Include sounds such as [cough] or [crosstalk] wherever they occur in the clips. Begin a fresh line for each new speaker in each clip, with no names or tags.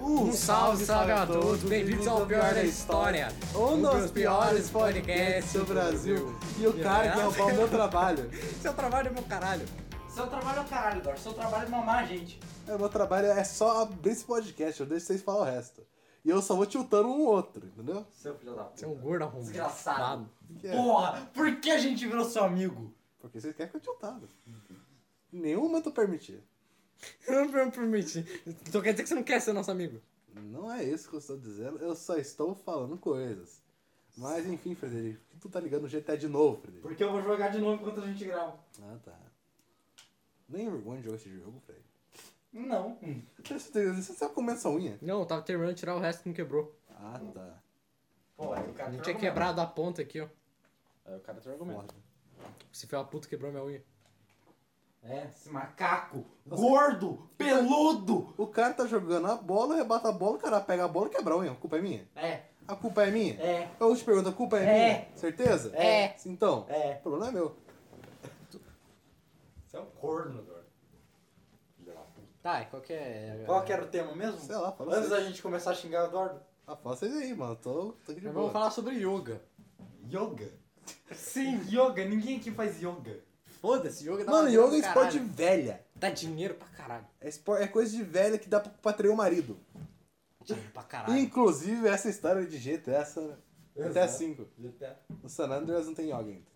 Um salve, salve a todos, bem-vindos ao pior da história.
Um dos piores podcasts do Brasil. E o cara quer roubar o
[laughs]
meu trabalho.
Seu trabalho é meu caralho.
Seu trabalho é o caralho, Dor. Seu trabalho é mamar a gente.
É, meu trabalho é só abrir esse podcast, eu deixo vocês falar o resto. E eu só vou tiltando um outro, entendeu?
Seu filho da puta.
Você é um gordo arrombado.
Desgraçado.
Que é?
Porra, por que a gente virou seu amigo?
Porque vocês querem que eu tiltado. Nenhuma eu tô permitindo.
Eu não permiti. Então quer dizer que você não quer ser nosso amigo?
Não é isso que eu estou dizendo, eu só estou falando coisas. Mas enfim, Frederico, por que tu tá ligando o GTA de novo, Frederico?
Porque eu vou jogar de novo enquanto a gente grava.
Ah, tá. Nem vergonha de jogar esse jogo, Frederico.
Não.
Você você sabe comer essa unha?
Não, eu tava terminando de tirar o resto que não quebrou.
Ah, tá.
Pô, aí o cara
A gente
tem
é
tinha
argumento.
quebrado a ponta aqui, ó.
Aí o cara tem argumento.
Foda.
Se foi a puta que quebrou minha unha.
É, esse macaco, gordo, peludo.
O cara tá jogando a bola, rebata a bola, o cara pega a bola e quebra a unha. A culpa é minha?
É,
A culpa é minha?
É.
Eu te pergunto, a culpa é,
É.
minha? Certeza?
É.
Então,
É.
o problema é meu.
você é um corno, Dor. Filho da puta.
Tá, e qual que é?
Qual que era o tema mesmo?
Sei lá, fala
Antes
assim.
da gente começar a xingar o Eduardo.
Ah, fala vocês aí, mano. Tô, tô aqui de
Nós
boa.
vamos falar sobre yoga.
Yoga? Sim, yoga. Ninguém aqui faz yoga.
Foda-se, yoga dá
Mano,
uma grana
yoga é
do
esporte
caralho.
de velha.
Dá dinheiro pra caralho.
É, espor- é coisa de velha que dá pra, pra atrair o marido.
Dinheiro pra caralho.
Inclusive, essa história de GTA, essa, GTA
Exato.
5.
GTA.
O San Andreas não tem yoga ainda.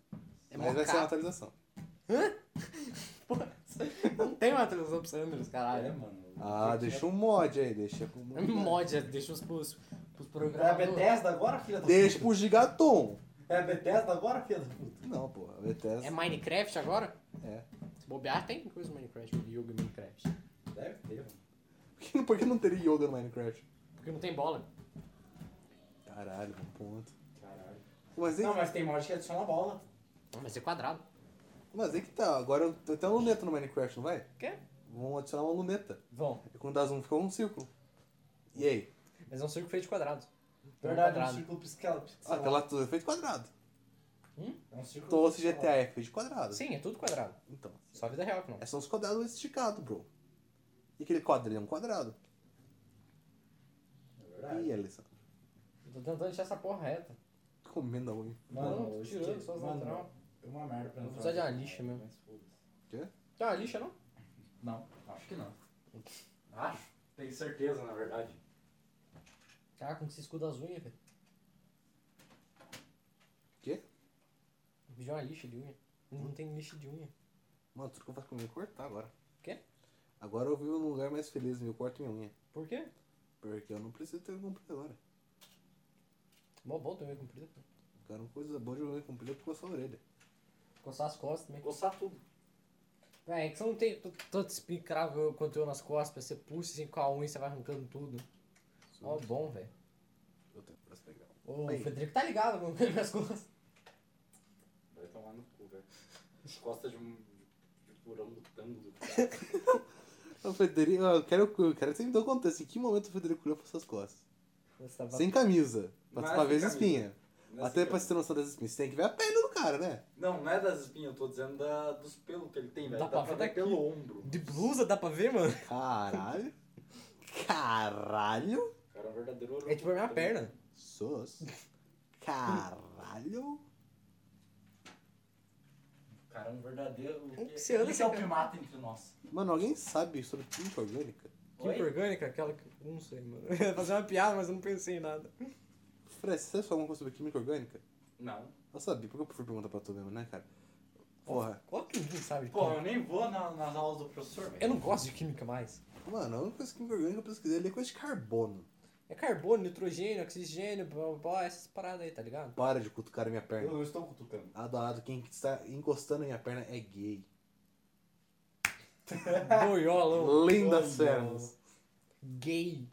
É
Mas
mó
vai ser uma
caro.
atualização.
Porra, [laughs] não tem uma atualização pro Sanders,
É,
caralho.
mano.
Ah, deixa um mod aí, deixa
[laughs]
com
É mod, é, deixa os pros, pros
É a
programadores.
Bethesda agora, filha da
Deixa pro Gigaton.
puta? É a Bethesda agora, filha da puta?
Não, pô, a Bethesda.
É Minecraft agora?
É.
Se bobear, tem coisa no Minecraft, yoga e Minecraft.
Deve ter, mano.
Por que- Por que não teria yoga no Minecraft?
Porque não tem bola.
Caralho, bom ponto.
Caralho.
Mas é aí,
Não, mas tem mod que adiciona bola.
Não, Vai ser quadrado.
mas aí que tá, agora tem até uma luneta no Minecraft, não vai?
Quê?
Vão adicionar uma luneta.
Vão.
E quando dá zoom fica um círculo. E aí?
Mas é um círculo feito de quadrados.
Verdade, é um
Quadrado.
círculo piscal.
Ah, tá lá tudo é feito quadrado.
É um círculo
Todo esse
piscal.
GTA é feito de quadrado.
Sim, é tudo quadrado.
Então,
Só a vida real que não.
é só os quadrados esticados, bro. E aquele quadro ele é um quadrado.
É
Ih,
verdade.
Alessandro,
Eu tô tentando deixar essa porra reta.
comendo a unha.
Mano,
Mano, hoje
tirando
que-
suas
mano,
lateral.
É uma merda pra
Vou
não
precisar de
fazer.
uma lixa mesmo.
né? Mas foda-se.
Quê?
Tá, lixa não?
Não, acho que não. Acho? Tenho certeza, na verdade.
Cara, como que se escuda as unhas, velho?
Quê?
Pediu uma lixa de unha. Não tem lixa de unha.
Mano, tudo que eu faço comigo é cortar agora.
Quê?
Agora eu vivo num lugar mais feliz, meu corto minha unha.
Por quê?
Porque eu não preciso ter unha comprida agora.
Mó bom ter unha comprida.
Eu Quero uma coisa boa de unha comprida é porque eu sou a orelha.
Coçar as costas também.
Coçar tudo.
É, é que você não tem t- tanto espinhado quanto eu nas costas. Você puxa assim com a unha e você vai arrancando tudo. Ó, bom, velho.
Eu tenho pra pegar.
Ô,
Aí.
O Frederico tá ligado [laughs] com minhas costas.
Vai tomar no cu, velho. Costa de um. de porão do tango do cara.
O Frederico, eu quero, eu quero que você me dê um contexto. Em que momento o Federico olhou para suas costas?
Você tá tava...
Sem camisa. Pra,
Mas
pra ver as
sem
espinhas.
Mas
Até
sem
pra você ter noção das espinhas. Você tem que ver a pele do cara, né?
Não, não é das espinhas, eu tô dizendo da, dos pelos que ele tem, velho.
Dá
Dá,
pra
pra
ver
ver
daqui.
pelo ombro.
De blusa dá pra ver, mano?
Caralho. Caralho.
O cara é um verdadeiro ouro.
É tipo a minha perna.
Sus. Caralho.
O cara é um verdadeiro.
que você anda
Esse
sem
é o
cara?
primata entre nós.
Mano, alguém sabe sobre química orgânica?
Química
Oi?
orgânica, aquela que. Não sei, mano. [laughs] Eu ia fazer uma piada, mas eu não pensei em nada.
Fred, você sabe alguma coisa sobre química orgânica?
Não.
Eu sabia, porque eu fui perguntar pra tu mesmo, né, cara? Porra.
Qual que ninguém sabe de
Pô,
química?
eu nem vou na- nas aulas do professor,
Eu
velho.
não gosto de química mais.
Mano, a única coisa de química orgânica que eu pesquisei ali é coisa de carbono.
É carbono, nitrogênio, oxigênio, blá blá blá, essas paradas aí, tá
[laughs]
ligado?
Para de cutucar a minha perna.
Eu estou cutucando.
Adorado, quem está encostando na minha perna é gay.
Boiolão,
Lindas
Olha.
pernas.
gay.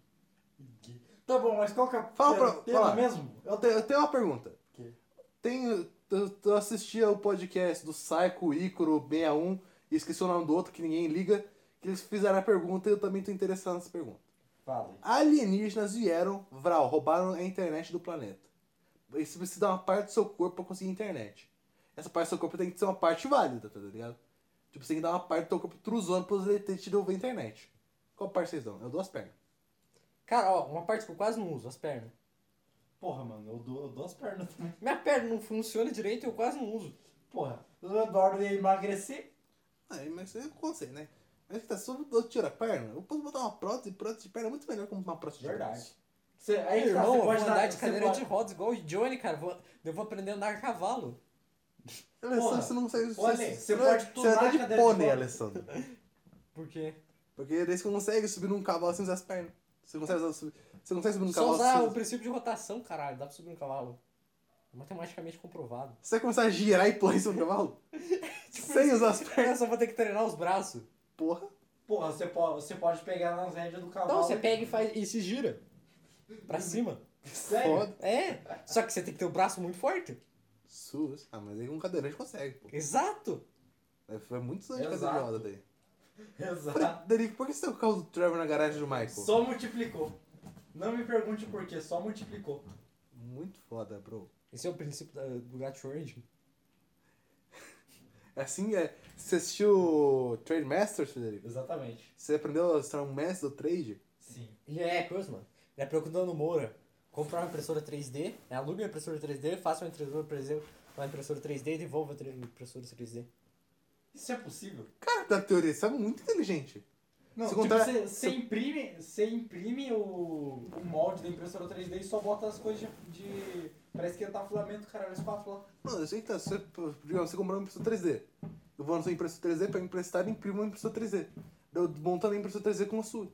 Tá bom, mas qual que é o
Fala pra-
tema
fala.
mesmo?
Eu, te- eu tenho uma pergunta.
Que?
Tem, eu, eu assistia o podcast do Psycho Ícaro 61 e esqueci o nome do outro que ninguém liga. Que eles fizeram a pergunta e eu também tô interessado nessa pergunta.
Fala.
Alienígenas vieram, Vral, roubaram a internet do planeta. E você precisa dar uma parte do seu corpo pra conseguir internet. Essa parte do seu corpo tem que ser uma parte válida, tá ligado? Tipo, você tem que dar uma parte do seu corpo truzona pros ETs te devolver a internet. Qual parte vocês dão? Eu dou as pernas.
Cara, ó, uma parte que eu quase não uso, as pernas.
Porra, mano, eu dou, eu dou as pernas também.
Minha perna não funciona direito e eu quase não uso.
Porra, o Eduardo ia emagrecer.
Ah, mas eu consigo, né? Mas que tá, se eu tirar a perna, eu posso botar uma prótese, prótese de perna é muito melhor que uma prótese de
Verdade.
braço.
Você, aí
Meu
que tá,
irmão,
você
eu vou
pode
andar
dar-
de
você
cadeira
pode-
de rodas igual o Johnny, cara. Vou- eu vou aprender a andar a cavalo.
Alessandro,
Porra,
você não consegue...
olha, você
não-
pode
Você anda
tunar a
de
cadeira de
pônei,
rodas.
Alessandro.
Por quê?
Porque daí você consegue subir num cavalo sem usar as pernas. Você consegue, usar- subir- você consegue subir num
Só
cavalo
usar
sem
o princípio de rotação, caralho. Dá pra subir um cavalo. É Matematicamente comprovado.
Você vai começar a girar e pular em cima do cavalo?
[laughs]
tipo
Tipo
sem usar
assim.
as pernas.
Eu só vou ter que treinar os braços.
Porra.
Porra, você pode, você pode pegar nas rédeas do cavalo.
Então você pega e, faz, e se gira. Pra cima.
Sério?
Foda.
É. Só que você tem que ter o braço muito forte.
Sus. Ah, mas aí com cadeirante consegue, pô.
Exato.
Aí Foi muitos anos de
Exato.
cadeira de roda daí.
Exato.
Frederico, por que você tem o carro do Trevor na garagem do Michael?
Só multiplicou. Não me pergunte por quê, só multiplicou.
Muito foda, bro.
Esse é o princípio da- do Gatchord.
É Assim, é, você assistiu Trade Masters, Frederico?
Exatamente.
Você aprendeu a ser um mestre do trade?
Sim.
Ele é coisa, mano. Ele é procurando o Moura. Comprar uma impressora 3D, né? aluga uma impressora 3D, faça um uma impressora 3D, uma impressora 3D e devolva a tre- impressora 3D.
Isso é possível?
Cara, da teoria, você é muito inteligente.
Não,
Se
tipo,
contar-
você, você imprime, você imprime o, o molde da impressora 3D e só bota as coisas de. de pra esquentar filamento, caralho, as quatro
Mano, eu sei que tá, você, digamos, você comprou uma impressora 3D. Eu vou na sua impressora 3D, pego emprestado e imprimo uma impressora 3D. Eu monto a minha impressora 3D com a sua.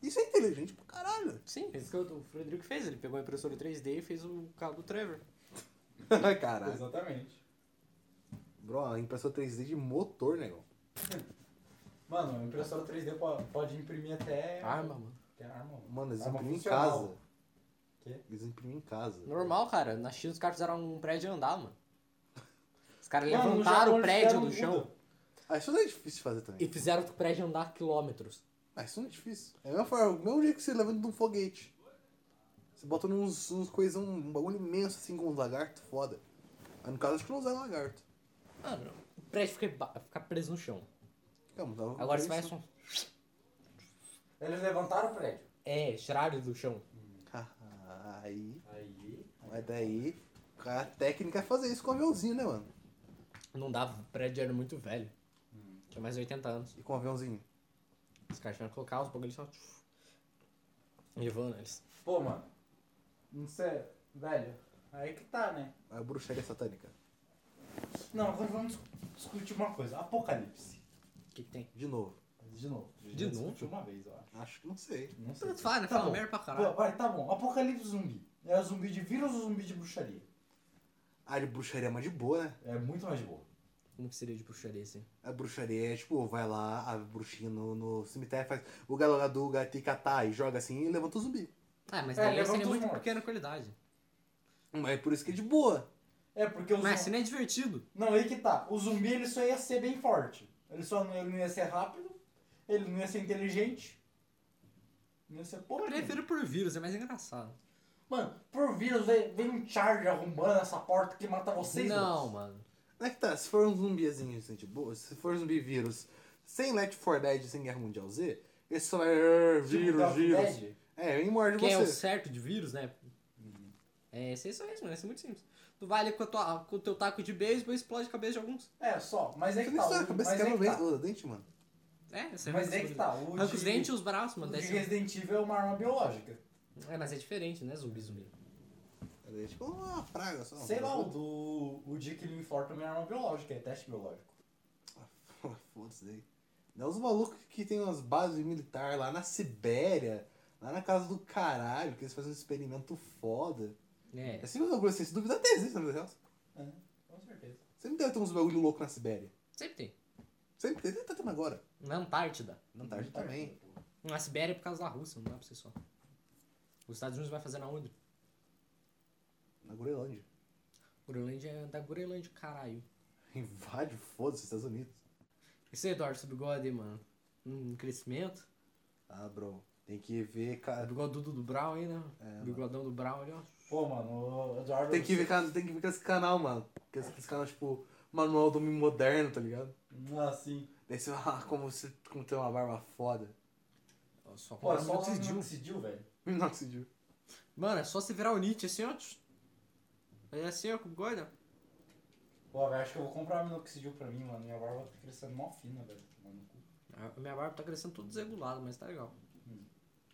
Isso é inteligente pra
[laughs]
caralho.
Sim, isso que o Frederico fez. Ele pegou a impressora 3D e fez o carro do Trevor.
lá.
caralho.
Exatamente.
Bro, a impressora 3D de motor, negão.
Mano, a impressora 3D po- pode imprimir até.
Arma, mano.
Até arma. mano.
Mano, eles
Arma
imprimem em
funcional.
casa.
Quê?
Eles imprimem em casa.
Normal, cara. Na China os caras fizeram um prédio andar, mano. Os um caras
Mano, no
levantaram
Japão
o
eles
prédio
fizeram
do chão
Buda.
Ah, isso não é difícil de fazer também.
e fizeram o prédio andar quilômetros.
Ah, isso não é difícil. É a mesma forma, o mesmo jeito que você levanta um foguete. Você bota uns, uns coisão, um bagulho imenso assim com um lagarto, foda. Mas no caso acho que não usaram lagarto.
Mano, o prédio fica, ba- fica preso no chão.
Calma, tava com
Agora você faz
preguiça.
um.
Eles levantaram o prédio.
É, tiraram ele do chão.
Ah, Aí.
Aí.
Mas daí. A técnica é fazer isso com o aviãozinho, né, mano?
Não dava, o prédio era muito velho. Tinha mais de 80 anos.
E com o aviãozinho.
Os caras tiveram que colocar os bagulhos só. Levando eles.
Pô, mano. Não sei. Velho. Aí que tá, né?
A bruxaria é satânica.
Não, agora vamos discutir uma coisa. Apocalipse.
O que, que tem?
De novo.
De novo. A gente
De
já
novo?
discutiu uma vez, eu acho.
Acho que não sei.
Não sei.
Tanto faz, né?
Tá
Fala
bom.
merda pra
Pô,
caralho.
vai, tá bom. Apocalipse zumbi. É zumbi de vírus ou zumbi de bruxaria?
A de bruxaria é mais de boa, né?
É muito mais de boa.
Como que seria de bruxaria assim?
A bruxaria é tipo, vai lá, a bruxinha no, no cemitério faz o galogadu, gaticatá e joga assim e levanta o zumbi.
Ah, mas
É,
daí
levanta
seria
os
muito
mortos.
pequena qualidade.
Mas é por isso que é de boa.
É, porque o
Mas assim
zumbi...
não é divertido.
Não, aí que tá. O zumbi, ele só ia ser bem forte. Ele só não, ele não ia ser rápido. Ele não ia ser inteligente. Não ia ser porra
Eu
nenhuma.
prefiro por vírus, é mais engraçado.
Mano, por vírus, vem, vem um charge arrombando essa porta que mata vocês
não,
dois.
mano.
Não é que tá, se for um zumbizinho assim, de boa, se for um zumbi vírus sem Left 4 Dead sem Guerra Mundial Z, esse só vai. "Arr,
Tipo
Vírus,
Dark
vírus.
Dead.
É, vem e morde
Quem é o
você.
certo de vírus, né? É, isso é só isso, mano. Isso é muito simples. Tu vai ali com, a tua- com o teu taco de beisebol e explode a cabeça de alguns.
É, só. Mas é
Você
que
nem
tá.
estoura a
o- Mas
cabeça, cara
é
não
que
vem.
tá.
Ô, dente, mano.
É, você
Mas é que tá. O
Arranca os
de-
dentes e os braços, mano.
O
daí
de
você-
Resident Evil é uma arma biológica.
É, mas é diferente, né? Zumbi, zumbi.
É tipo uma praga só.
Sei lá, o do. O dia que ele me for também é arma biológica, é teste biológico.
Ah, Foda-se aí. Não é os malucos que tem umas bases militares lá na Sibéria, lá na casa do caralho, que eles fazem um experimento foda.
É.
É sempre um bagulho assim, se duvidar até existe, na real.
É, com certeza.
Sempre deve ter uns bagulho louco na Sibéria.
Sempre tem.
Sempre tem, tá tendo agora.
Na Antártida.
Na Antártida
Tá
também.
Na Sibéria é por causa da Rússia, não dá pra ser só. Os Estados Unidos vai fazer na onde?
Na Groenlândia.
Groenlândia é da Groenlândia, caralho.
Invade, foda-se, Estados Unidos.
Esse Eduardo, esse bigode, aí, mano. Um crescimento.
Ah, bro. Tem que ver,
O
cara.
bigodudo do Brown aí, né?
É,
o bigodão do Brown ali, ó.
Pô, mano, o Eduardo.
Tem que ver, cara, tem que ver com esse canal, mano. Com esse, com esse canal, tipo, manual do homem moderno, tá ligado?
Assim.
[laughs] Daí você fala, ah, como você como tem uma barba foda. [laughs]
Ó, Só, só
Pô, é
comprar
só um
minoxidil.
minoxidil, velho.
Minoxidil.
Mano, é só você virar o Nietzsche assim, ó. tch. Aí assim, ó, com gorda.
Pô, velho, acho que eu vou comprar minoxidil pra mim, mano. Minha barba tá crescendo mó fina, velho. Tomar no cu.
A minha barba tá crescendo tudo desregulado, mas tá legal.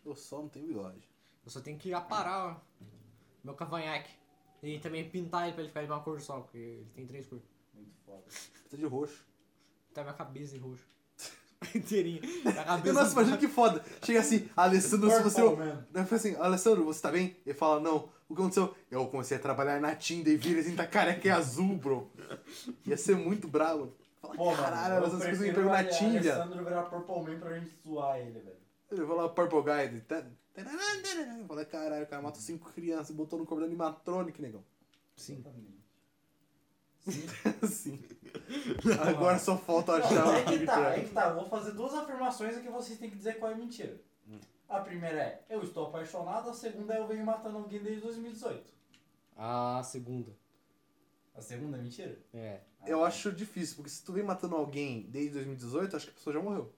Eu só não tenho bigode.
Eu só tenho que aparar, ó, meu cavanhaque. E também pintar ele pra ele ficar de uma cor só, porque ele tem três cores.
Muito [laughs] foda.
Precisa de roxo.
Tá minha cabeça em roxo. [laughs] Inteirinha.
[laughs]
Minha
E,
cabeça.
nossa, imagina que foda. Chega assim, Alessandro, se você.
Purple Man.
Daí fala assim, Alessandro, você tá bem? Ele fala, não. O que aconteceu? Eu comecei a trabalhar na Tinder e vira assim, tá careca e azul, bro. Ia ser muito brabo. Fala,
Pô, mano,
caralho,
eu
Alessandro, você conseguiu
prefiro
emprego na
Ale-
Tinder.
Alessandro virar Purple Man pra gente zoar ele, velho.
Ele falou Purple Guide. tá- tarará, tarará. Fala, caralho, o cara matou cinco crianças, botou no corpo da animatronic, negão. [laughs]
Sim.
Exatamente.
Assim. Agora só falta achar
Não, é
o
que
Big
tá, é
Trap.
que tá. Vou fazer duas afirmações e que vocês têm que dizer qual é mentira.
Hum.
A primeira é, eu estou apaixonado. A segunda é, eu venho matando alguém desde 2018.
A segunda.
A segunda é mentira?
É.
Eu acho difícil, porque se tu vem matando alguém desde 2018, acho que a pessoa já morreu.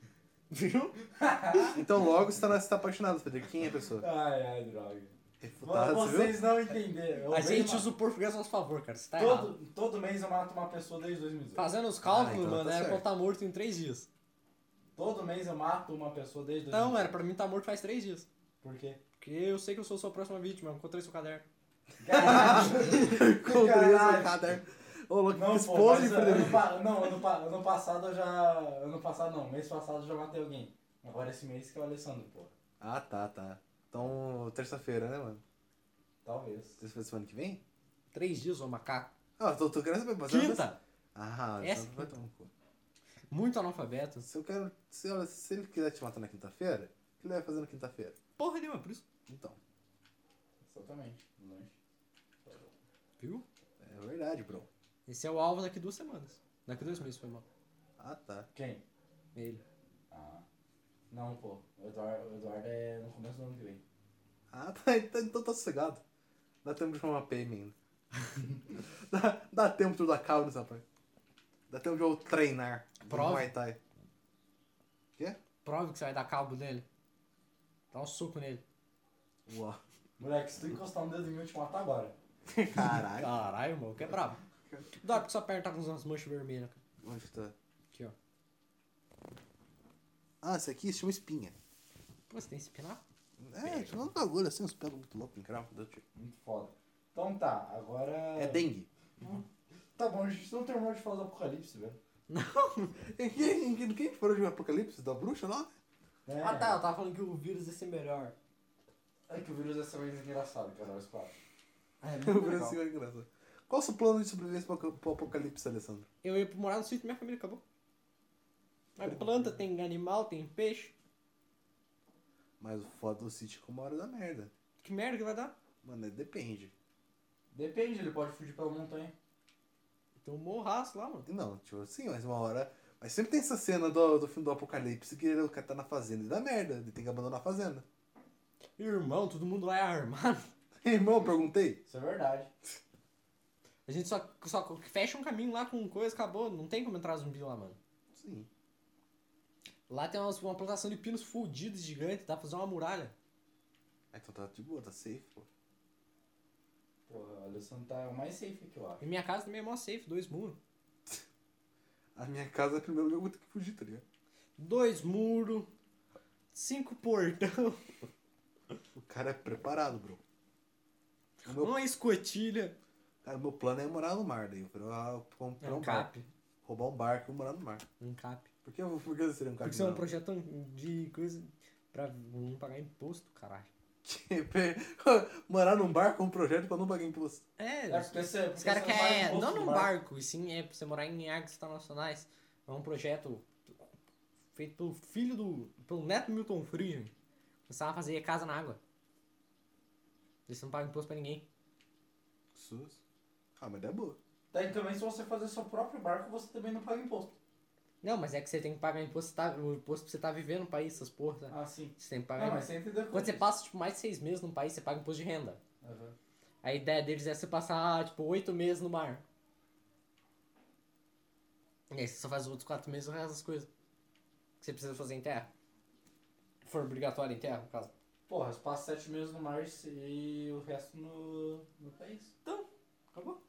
Viu?
Ah.
Então logo você tá, você tá apaixonado, Frederico. Quem é a pessoa?
Ai, ai, droga.
Refutado, você viu?
vocês não entenderam. Eu
A
venho
gente usa o português a nosso favor, cara. Você tá errado.
Todo, todo mês eu mato uma pessoa desde 2018.
Fazendo os cálculos,
Ah, então
mano,
tá
era pra eu
certo.
estar morto em três dias.
Todo mês eu mato uma pessoa desde 2018.
Não, era pra mim estar morto faz três dias.
Por quê?
Porque eu sei que eu sou sua próxima vítima, eu encontrei seu caderno.
Comprei essa
Caralho.
caderno. Ô, louco,
Não, pô,
esposa de
mas, ano,
Frederico.
pa- não ano, pa- ano passado eu já... Ano passado não, mês passado eu já matei alguém. Agora esse mês que é o Alessandro, pô.
Ah, tá, tá. Então, terça-feira, né, mano?
Talvez.
Terça-feira semana que vem?
Três dias, ô macaco.
Ah, tô, tô querendo saber.
é
mas-
Quinta!
Ah,
Essa
então vai tomar um cu.
Muito analfabeto.
Se eu quero. Se, olha, se ele quiser te matar na quinta-feira, o que ele vai fazer na quinta-feira?
Porra nenhuma, por isso.
Então.
Exatamente. no lanche.
Viu?
É verdade, bro.
Esse é o alvo daqui duas semanas. Daqui dois meses, foi mal.
Ah, tá.
Quem?
Ele.
Ah. Não, pô. O Eduardo, o Eduardo é no começo do ano que vem.
Ah, tá. [laughs] Então, então tá sossegado. Dá tempo de chamar uma PM [laughs] ainda. dá, dá tempo de eu dar cabo nessa parte. Dá tempo de eu treinar. de
Prova.
Muay Thai.
Prove que você vai dar cabo nele. Dá um soco nele.
Uau.
Moleque, se tu encostar um dedo em mim, eu te mato agora.
[laughs] Caralho.
Caralho, mano, que é brabo. Dá porque sua perna tá com umas manchas vermelhas, cara.
Onde tá?
Aqui, ó.
Ah, esse aqui se chama espinha.
Pô, você tem esse pinar?
É, chama um bagulho assim, uns pegam muito louco em cravo. dá tiro.
Muito foda. Então tá, agora...
É dengue.
Tá bom, a gente não terminou de falar do Apocalipse, velho.
[laughs] Quem, quem, quem que a gente falou de um Apocalipse? Da bruxa lá? [laughs]
É,
Ah tá, eu tava falando que o vírus ia ser melhor.
É que o vírus dessa vez é engraçado, cara, os quatro. [laughs]
É, muito
O
legal.
Brasil é engraçado. Qual o seu plano de sobrevivência pro aca- pro Apocalipse, Alessandro?
Eu ia morar no sítio, minha família acabou. Tem planta, tem animal, tem peixe.
Mas o foda do sítio é que uma hora da merda.
Que merda que vai dar?
Mano, é- depende.
Depende, ele pode fugir pela montanha.
Tem um morraço lá, mano.
Não, tipo assim, mas uma hora. Mas sempre tem essa cena do, do filme do Apocalipse que o cara tá na fazenda e dá merda. Ele tem que abandonar a fazenda. [laughs]
Irmão, todo mundo lá é armado.
Irmão, eu perguntei.
Isso é verdade.
A gente só, só fecha um caminho lá com coisa, acabou. Não tem como entrar zumbi lá, mano.
Sim.
Lá tem umas- uma plantação de pinos fudidos gigante, dá pra fazer uma muralha.
Ah, Então tá de boa, tá safe, pô.
Porra, o Alessandro tá o mais safe que eu acho.
E minha casa também é mó safe, dois muros.
A minha casa é o primeiro lugar que eu vou ter que fugir, tá ligado?
Dois muros, cinco portão,
O cara é preparado, bro. O meu,
uma escotilha.
cara, meu plano é morar no mar, daí. Eu quero, ah, comprar
É um
um barco.
cap.
Roubar um barco e morar no mar.
Um cap.
Por que, eu- por que eu seria um cara
Porque
de
isso é um
mar?
projeto de coisa pra não pagar imposto, caralho.
[laughs] Morar num barco é um projeto pra não pagar imposto.
É,
É porque você.
Os
porque
caras
você não para em
querem.
posto
Não
de
num barco, e sim é pra você morar em águas internacionais. É um projeto feito pelo filho do. pelo neto do Milton Friedman. Começava a fazer casa na água. Eles não pagam imposto pra ninguém.
Sus. Ah, mas é boa.
Tecnicamente, se você fazer seu próprio barco, você também não paga imposto.
Não, mas é que você tem que pagar imposto, você tá- o imposto pra você tá vivendo no país, essas porra. tá?
Ah, sim.
Você tem que pagar
Não, mas
imposto.
você entendeu é
Quando você passa tipo, mais de seis meses num país, você paga imposto de renda.
Aham.
A ideia deles é você passar, tipo, oito meses no mar. E aí você só faz os outros quatro meses e o resto das coisas. Que você precisa fazer em terra. for obrigatório em terra, no caso.
Porra, eu passo sete meses no Mars e o resto no, no país.
Então, acabou.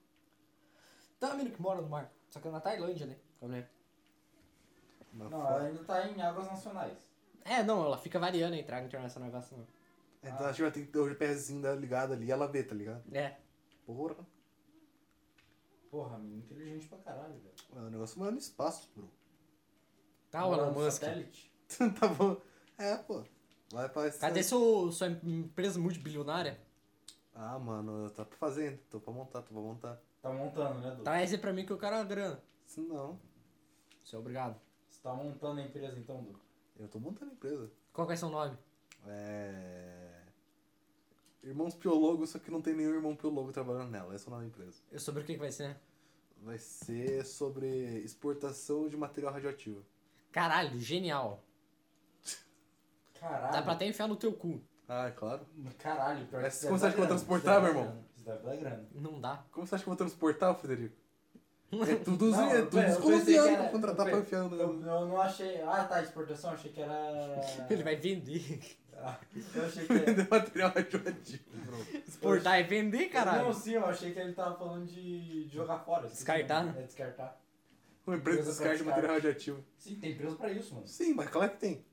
Tem um amigo que mora no mar, só que é na Tailândia, né? Como é?
Mas
Não,
fora.
ela ainda tá em águas nacionais.
É, não, ela fica variando entre água internacional e vacina.
Então acho que vai ter que ter o GPSzinho dela ligado ali, ela vê, tá ligado?
É.
Porra.
Porra, menino inteligente pra caralho, velho.
É um negócio mano no espaço, bro. [laughs]
Tá, o
Mora
Elon
no
Musk.
satélite.
tá bom. É, pô. Vai pra
Cadê seu, sua empresa multibilionária?
Ah, mano, tá pra fazer ainda. Tô pra montar, tô pra montar.
Tá montando, né, Dudu?
Traz aí um pra mim que eu quero uma grana.
Se não,
Seu obrigado.
Você tá montando a empresa então, Dudu?
eu tô montando a empresa.
Qual que é seu nome?
É. Irmãos Piologo, só que não tem nenhum irmão Piologo trabalhando nela. Essa é o nome da empresa.
E Sobre o que, que vai ser? né?
Vai ser sobre exportação de material radioativo.
Caralho, genial.
Caralho.
Dá pra até enfiar no teu cu.
Ah, é claro.
Caralho, pior
É,
que isso
como
deve
você acha que eu
dar
vou
grana,
transportar,
isso
meu
deve dar grana, Isso deve dar grana.
Não dá.
Como você acha que eu vou transportar, Frederico? É tudo os
Não, eu pe- eu pensei que
colombianos
era-
pra contratar
eu
pra
pe-
enfiar no-
Eu, eu não achei. Ah, tá, exportação, achei que era.
[laughs] Ele vai vender.
Ah, eu achei que era.
Vender material radioativo, bro.
Exportar e vender,
Não,
[laughs] caralho.
sim, eu achei que ele tava falando de de jogar fora. assim,
Descartar,
né?
né?
É, descartar.
Uma empresa
Empresa
descarta
pra
material radioativo.
Sim, tem empresa pra isso, mano.
Sim, mas claro que tem.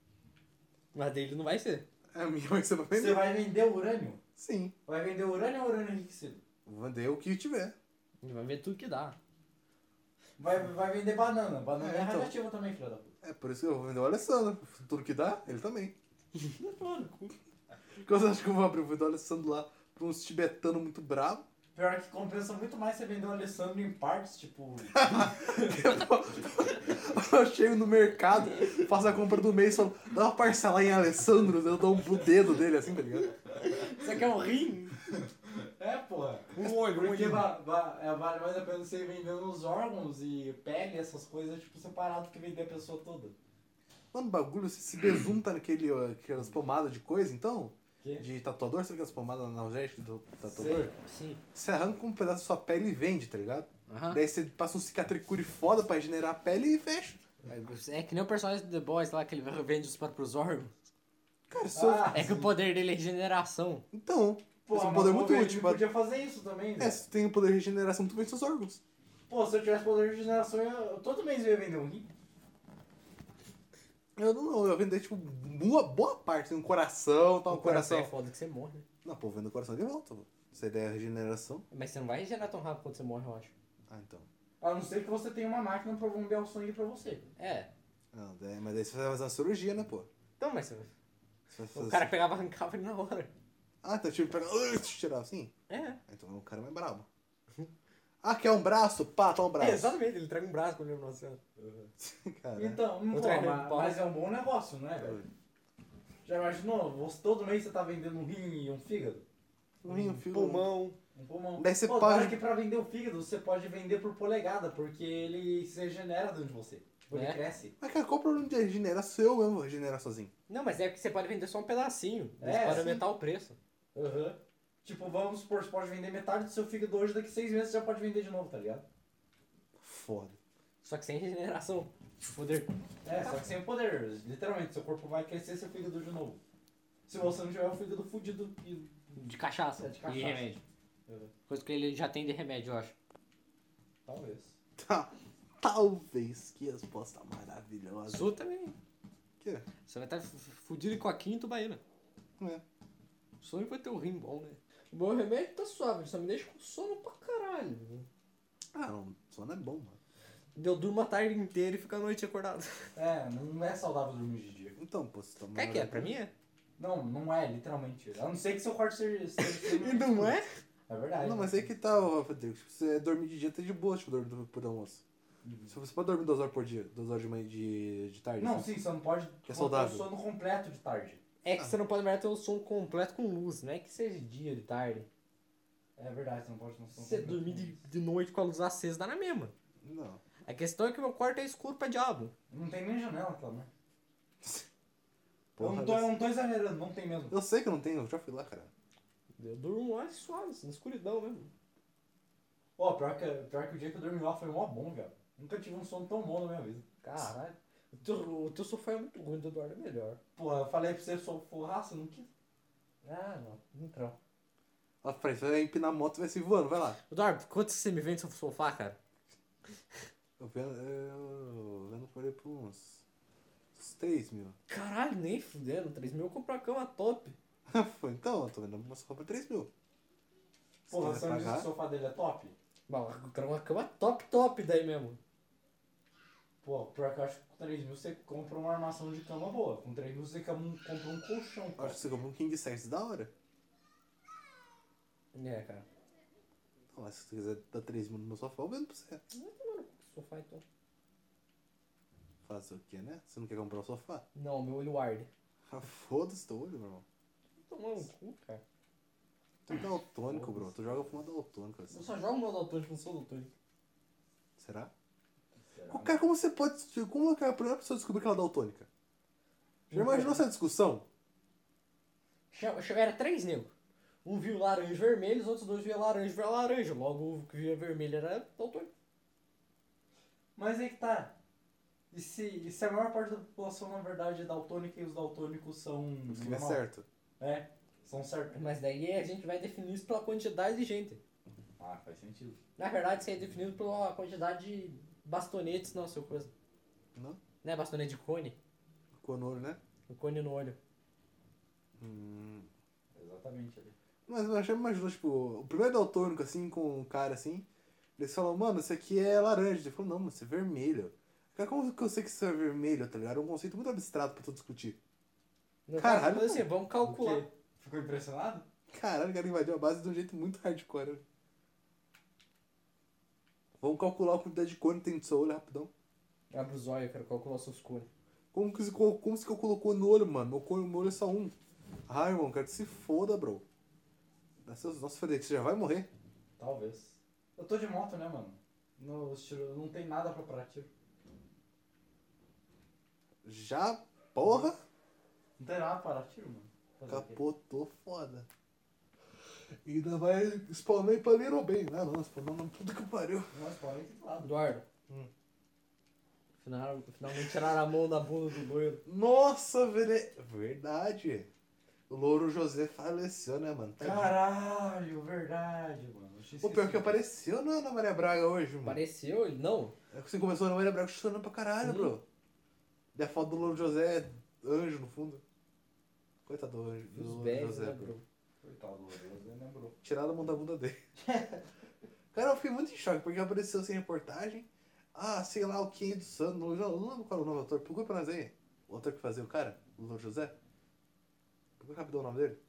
Mas dele não vai ser.
É A minha vai ser pra
Você
vender.
vai vender urânio?
Sim.
Vai vender urânio ou urânio enriquecido?
Vou vender o que tiver.
Ele vai ver tudo que dá.
Vai, vai vender banana. Banana
É,
é,
então.
radioativa também, filha da puta.
É por isso que eu vou vender o Alessandro. Tudo que dá, ele também.
Mano, cu.
Quando você acha que eu vou abrir? Eu vou vender o Alessandro lá pra uns tibetanos muito bravos.
Pior é que compensa muito mais você vender o Alessandro em partes, tipo.
[laughs]
[laughs]
Eu chego no mercado, faço a compra do mês, falo, dá uma parcela em Alessandro, eu dou um pro dedo dele assim, tá ligado?
Isso aqui é um rim?
é, porra.
Um olho, um
Porque
olho.
va- va- é, vale mais a pena você ir vendendo os órgãos e pele, essas coisas, tipo, separado que vender a pessoa toda.
Mano, o bagulho, se, se besunta naquele, ó, aquelas pomadas de coisa, então,
Que?
de tatuador, sabe aquelas pomadas analgésicas do tatuador?
Sim.
Você arranca um pedaço da sua pele e vende, tá ligado?
Aham.
Daí você passa um cicatricure foda pra regenerar a pele e fecha.
É que nem o personagem do The Boys lá, que ele vende os próprios órgãos.
Cara, isso é-
Ah,
É que o poder dele é regeneração.
Então,
Pô,
esse é um
mas
poder
o
muito
governo
útil.
podia fazer isso também, né?
É, se tu tem o poder de regeneração, tu vende seus órgãos.
Pô, se eu tivesse poder de regeneração, eu, todo mês eu ia vender um rim.
Eu não, eu ia vender, tipo, boa, boa parte. Tem um coração, tal, um coração.
é foda que você morre, né?
Não, pô, vendo o coração de volta, pô. Você der a regeneração.
Mas você não vai regenerar tão rápido quando você morre, eu acho.
Ah, então.
A não ser que você tenha uma máquina pra bombear o sangue pra você.
É.
Não, daí, mas daí você vai fazer uma cirurgia, né, pô?
Então, mas
Você vai fazer assim.
o cara pegava arrancava ele na hora.
Ah, então tipo, pega. Uh, tirar assim?
É.
Ah, Então é um cara mais brabo. [laughs] Ah, quer um braço? Pá, tá um braço.
É, exatamente, ele traga um braço quando ele nossa senhora.
[laughs] Cara,
Então, pô,
Outra
mas,
pau.
mas é um bom negócio, né, velho? Já imaginou? Você, todo mês você tá vendendo um rim e um fígado?
um rim, um fio.
Pulmão.
Um pulmão.
Daí você
Pô,
pode-
claro que pra vender o fígado, você pode vender por polegada, porque ele se regenera dentro de você. Tipo,
É.
ele cresce.
Mas, cara, qual o problema de regenerar? Se eu mesmo vou regenerar sozinho.
Não, mas é porque você pode vender só um pedacinho.
É,
É,
sim.
para aumentar o preço.
Aham. Tipo, vamos supor, você pode vender metade do seu fígado hoje, daqui seis meses você já pode vender de novo, tá ligado?
Foda.
Só que sem regeneração. de Poder.
É, só que sem o poder. Literalmente, seu corpo vai crescer seu fígado de novo. Se você não tiver o fígado fudido e.
De cachaça.
É, de cachaça.
E remédio.
Aham.
Coisa que ele já tem de remédio, eu acho.
Talvez.
Tá. Talvez. Que resposta maravilhosa.
Azul também.
Que?
Você vai estar fudido com a quinta baína.
É.
O sonho vai ter o rim bom, né? O meu remédio tá suave, só me deixa com sono pra caralho.
Ah, não. Sono é bom, mano.
Eu durmo a tarde inteira e fico a noite acordado.
É, não é saudável dormir de dia.
Então, pô, você tá
Quer que é? Pra mim é.
Não, não é, literalmente. A não ser que seu quarto seja.
[laughs]
seja-
E não é?
É verdade.
Não, mas aí que tá, ô, Rodrigo. Se você dormir de dia, tá de boa, tipo, dormir por almoço.
Uhum.
Se você pode dormir duas horas por dia, duas horas de manhã e de, de tarde.
Não,
assim.
sim, você não pode
Que é
contar
saudável.
o sono completo de tarde.
É que você não pode mais ter o som completo com luz, não é que seja dia de tarde.
É verdade, você não pode ter um sono
Você
completo.
dormir de, de noite com a luz acesa dá na mesma.
Não.
A questão é que meu quarto é escuro pra diabo.
Não tem nem janela, Clamor. Eu
Porra,
não tô, eu
eu...
não tô exagerando, não tem mesmo.
eu sei que eu não tenho, eu já fui lá, cara.
Eu durmo lá suave, assim, na escuridão mesmo.
Ó, pior, que, pior que o dia que eu dormi lá foi mó bom, velho. Nunca tive um sono tão bom na minha vida.
Caralho.
O teu, o teu sofá é muito ruim, o do Eduardo é melhor.
Porra, eu falei pra você, eu sou forraça, não quis.
Ah, não. Então.
Ó, Fred, você vai empinar a moto e vai se voando, vai lá.
Eduardo, quanto você me vende seu sofá, cara?
Eu vendo, eu vendo por aí por uns, uns 3 mil.
Caralho, nem fudendo. 3 mil eu compro uma cama top.
[laughs] Foi, então, eu tô vendo uma só por 3 mil. Se
Porra,
quiser
você não disse que
pagar,
o sofá dele é top?
Bom, eu quero uma cama top, top daí mesmo.
Pô, pior que eu acho que com 3 mil você compra uma armação de cama boa. Com 3 mil você cam- compra um colchão,
eu acho
cara.
que você comprou um king size da hora.
É, cara.
Então, mas se você quiser dar 3 mil no meu sofá, eu vendo pra você.
Sofá então.
Fazer o quê, né? Você não quer comprar o sofá? [laughs]
Não, meu olho arde.
Ah, foda-se teu olho, meu irmão.
Tomar um cu, cara.
Tu é daltônico, bro. Tu joga fumando daltônico, assim.
Eu só jogo meu daltônico, não sou daltônico.
Será?
é
Será?
Cara, como você pode... Como que a primeira pessoa descobrir que ela é daltônica?
Uhum.
Já imaginou essa discussão?
Chama- chama- Era três negros. Um viu laranja e vermelho, os outros dois viam laranja e viu laranja. Logo o que via vermelho era daltônico.
Mas aí que tá. E se, e se a maior parte da população, na verdade, é daltônica e os daltônicos são.
Se tiver
Uhum. normal?
certo.
É, são certos.
Mas daí a gente vai definir isso pela quantidade de gente.
Ah, faz sentido.
Na verdade, isso é definido pela quantidade de bastonetes, não, seu coisa.
Não?
Não é bastonete de cone?
Conor, né?
O cone no olho.
Hum.
Exatamente ali.
Mas eu achei mais justo, tipo, o primeiro daltônico, assim, com um cara assim, eles falam, mano, isso aqui é laranja. Ele falou, não, mano, isso é vermelho. Cara, como que eu sei que isso é vermelho, tá ligado? É um conceito muito abstrato pra tu discutir.
No
Caralho,
caso, assim, vamos calcular.
O quê? Ficou impressionado?
Caralho, o cara invadiu a base de um jeito muito hardcore. né? Vamos calcular a quantidade de cone que tem no seu olho rapidão.
Abre os olhos, eu quero calcular seus cones.
Como que, se- como se que eu colocou no olho, mano? Meu, cone, meu olho é só um. Ah, irmão, quero que se foda, bro. Dá seus- Nossa, Frederico, você já vai morrer.
Talvez. Eu tô de moto, né, mano? No tiro, não tem nada pra parar tiro.
Já, porra.
Não tem nada pra parar tiro, mano. Fazer o quê?
Capotou foda. E ainda vai spawnar em Paneiro bem. Ah, não, spawnou na puta que pariu.
Mas pode aqui do lado.
Eduardo.
Hum.
Final- finalmente tiraram a mão da bunda do loiro.
Nossa, velho. é Verdade. O Louro José faleceu, né, mano? Tadinho.
Caralho, verdade, mano. Eu tinha
O pior é que
esquecido.
apareceu na Ana Maria Braga hoje, mano.
Apareceu? Ele não.
É que você começou a Ana Maria Braga chorando pra caralho,
Sim.
bro. E a foto do Louro José é anjo no fundo. Coitado do anjo. Do
Os
Louro
velhos,
José,
né,
bro.
bro?
Coitado do Deus, ele lembrou.
Tiraram a mão da bunda dele. Cara, eu fiquei muito em choque, porque apareceu sem reportagem. Ah, sei lá o que do Santos. Não, não lembro qual era o nome do ator. Procura pra nós aí. O ator que fazia o cara, o Louro José. Procura rapidão o nome dele.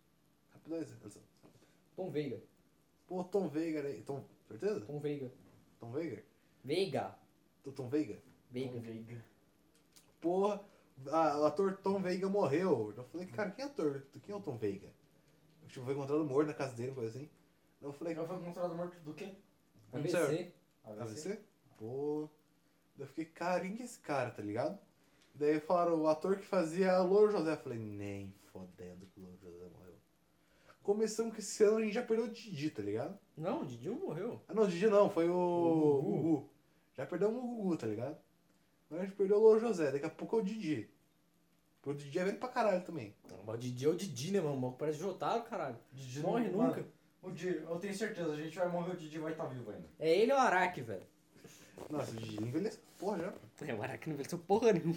Rapidão aí, Zé.
Tom Veiga.
Pô, Tom Veiga aí. Tom, certeza?
Tom Veiga.
Tom Veiga?
Veiga.
Do Tom Veiga?
Veiga.
Porra, a- o ator Tom Veiga morreu. Eu falei, cara, quem é ator? Quem é o Tom Veiga? Eu, tipo, foi encontrado morto na casa dele, coisa assim. Eu falei,
Já foi encontrado morto do quê?
Hum,
ABC.
AVC? Pô. Daí eu fiquei, cara, quem que é esse cara, tá ligado? Daí falaram, o ator que fazia é o Louro José. Eu falei, nem fodendo que o Louro José morreu. Começamos que esse ano a gente já perdeu o Didi, tá ligado?
Não, o Didi morreu.
Ah, não, o Didi não, foi o,
O Gugu.
Gugu. Já perdemos o Gugu, tá ligado? Agora a gente perdeu o Louro José, daqui a pouco é o Didi. Porque O Didi é velho pra caralho também.
Não, mas o Didi é o Didi, né, mano? O maluco Parece Jotaro, caralho.
Didi
Morre
não-
nunca.
O Didi, eu tenho certeza, a gente vai morrer, o Didi vai estar vivo ainda.
É ele ou o Araki, velho?
Nossa, o Didi envelheceu. Porra, já.
É, o Araki não envelheceu porra nenhuma.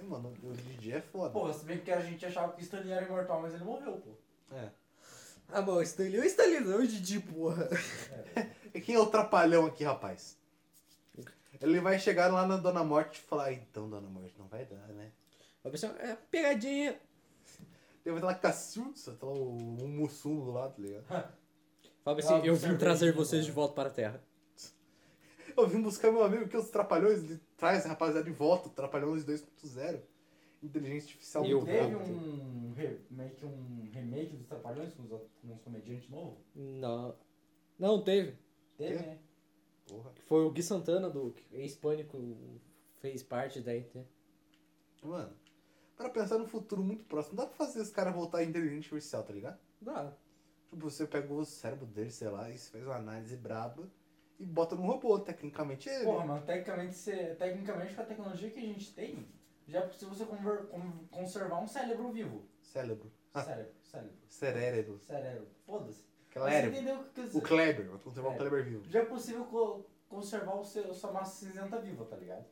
É, mano, o Didi é foda.
Porra, se bem que a gente achava que o Stanley era imortal, mas ele morreu, pô.
É.
Ah, bom, o Stanley. O Stanley não, o Didi, porra.
E quem é o trapalhão aqui, rapaz? Ele vai chegar lá na Dona Morte e falar, "Ah, então, Dona Morte, não vai dar, né?
Vai pensar, é pegadinha.
Ele vai estar lá com a Silsa, tá lá o, o Mussum do lado, tá ligado?
Fala
Ah,
assim, eu
observei
vim trazer
isso,
vocês de
mano.
volta para a Terra.
Eu vim buscar meu amigo que os trapalhões, ele traz a rapaziada de volta, Trapalhões 2.0. Inteligência artificial
Eu
muito
Teve
rápida.
um, re- meio que um remake dos Trapalhões com os, com os comediantes novos?
Não. Não, teve.
Teve,
Quê?
né?
Porra.
Que Foi o Gui Santana do ex-pânico fez parte da IT.
Mano, pra pensar no futuro muito próximo, dá pra fazer os caras voltar à inteligência artificial, tá ligado?
Dá.
Tipo, você pega o cérebro dele, sei lá, e você faz uma análise braba e bota num robô, tecnicamente é ele.
Porra, mano, tecnicamente, você, tecnicamente com a tecnologia que a gente tem, Já se você conver- con- conservar um cérebro vivo.
Cérebro. Ah.
Cérebro, cérebro,
Cerérebro.
cérebro. Foda-se. Você
Clérebro.
entendeu o que eu quis
O
dizer?
Kleber. Vou conservar o
É.
Kleber vivo.
Já é possível co- conservar o seu, sua massa cinzenta viva, tá ligado?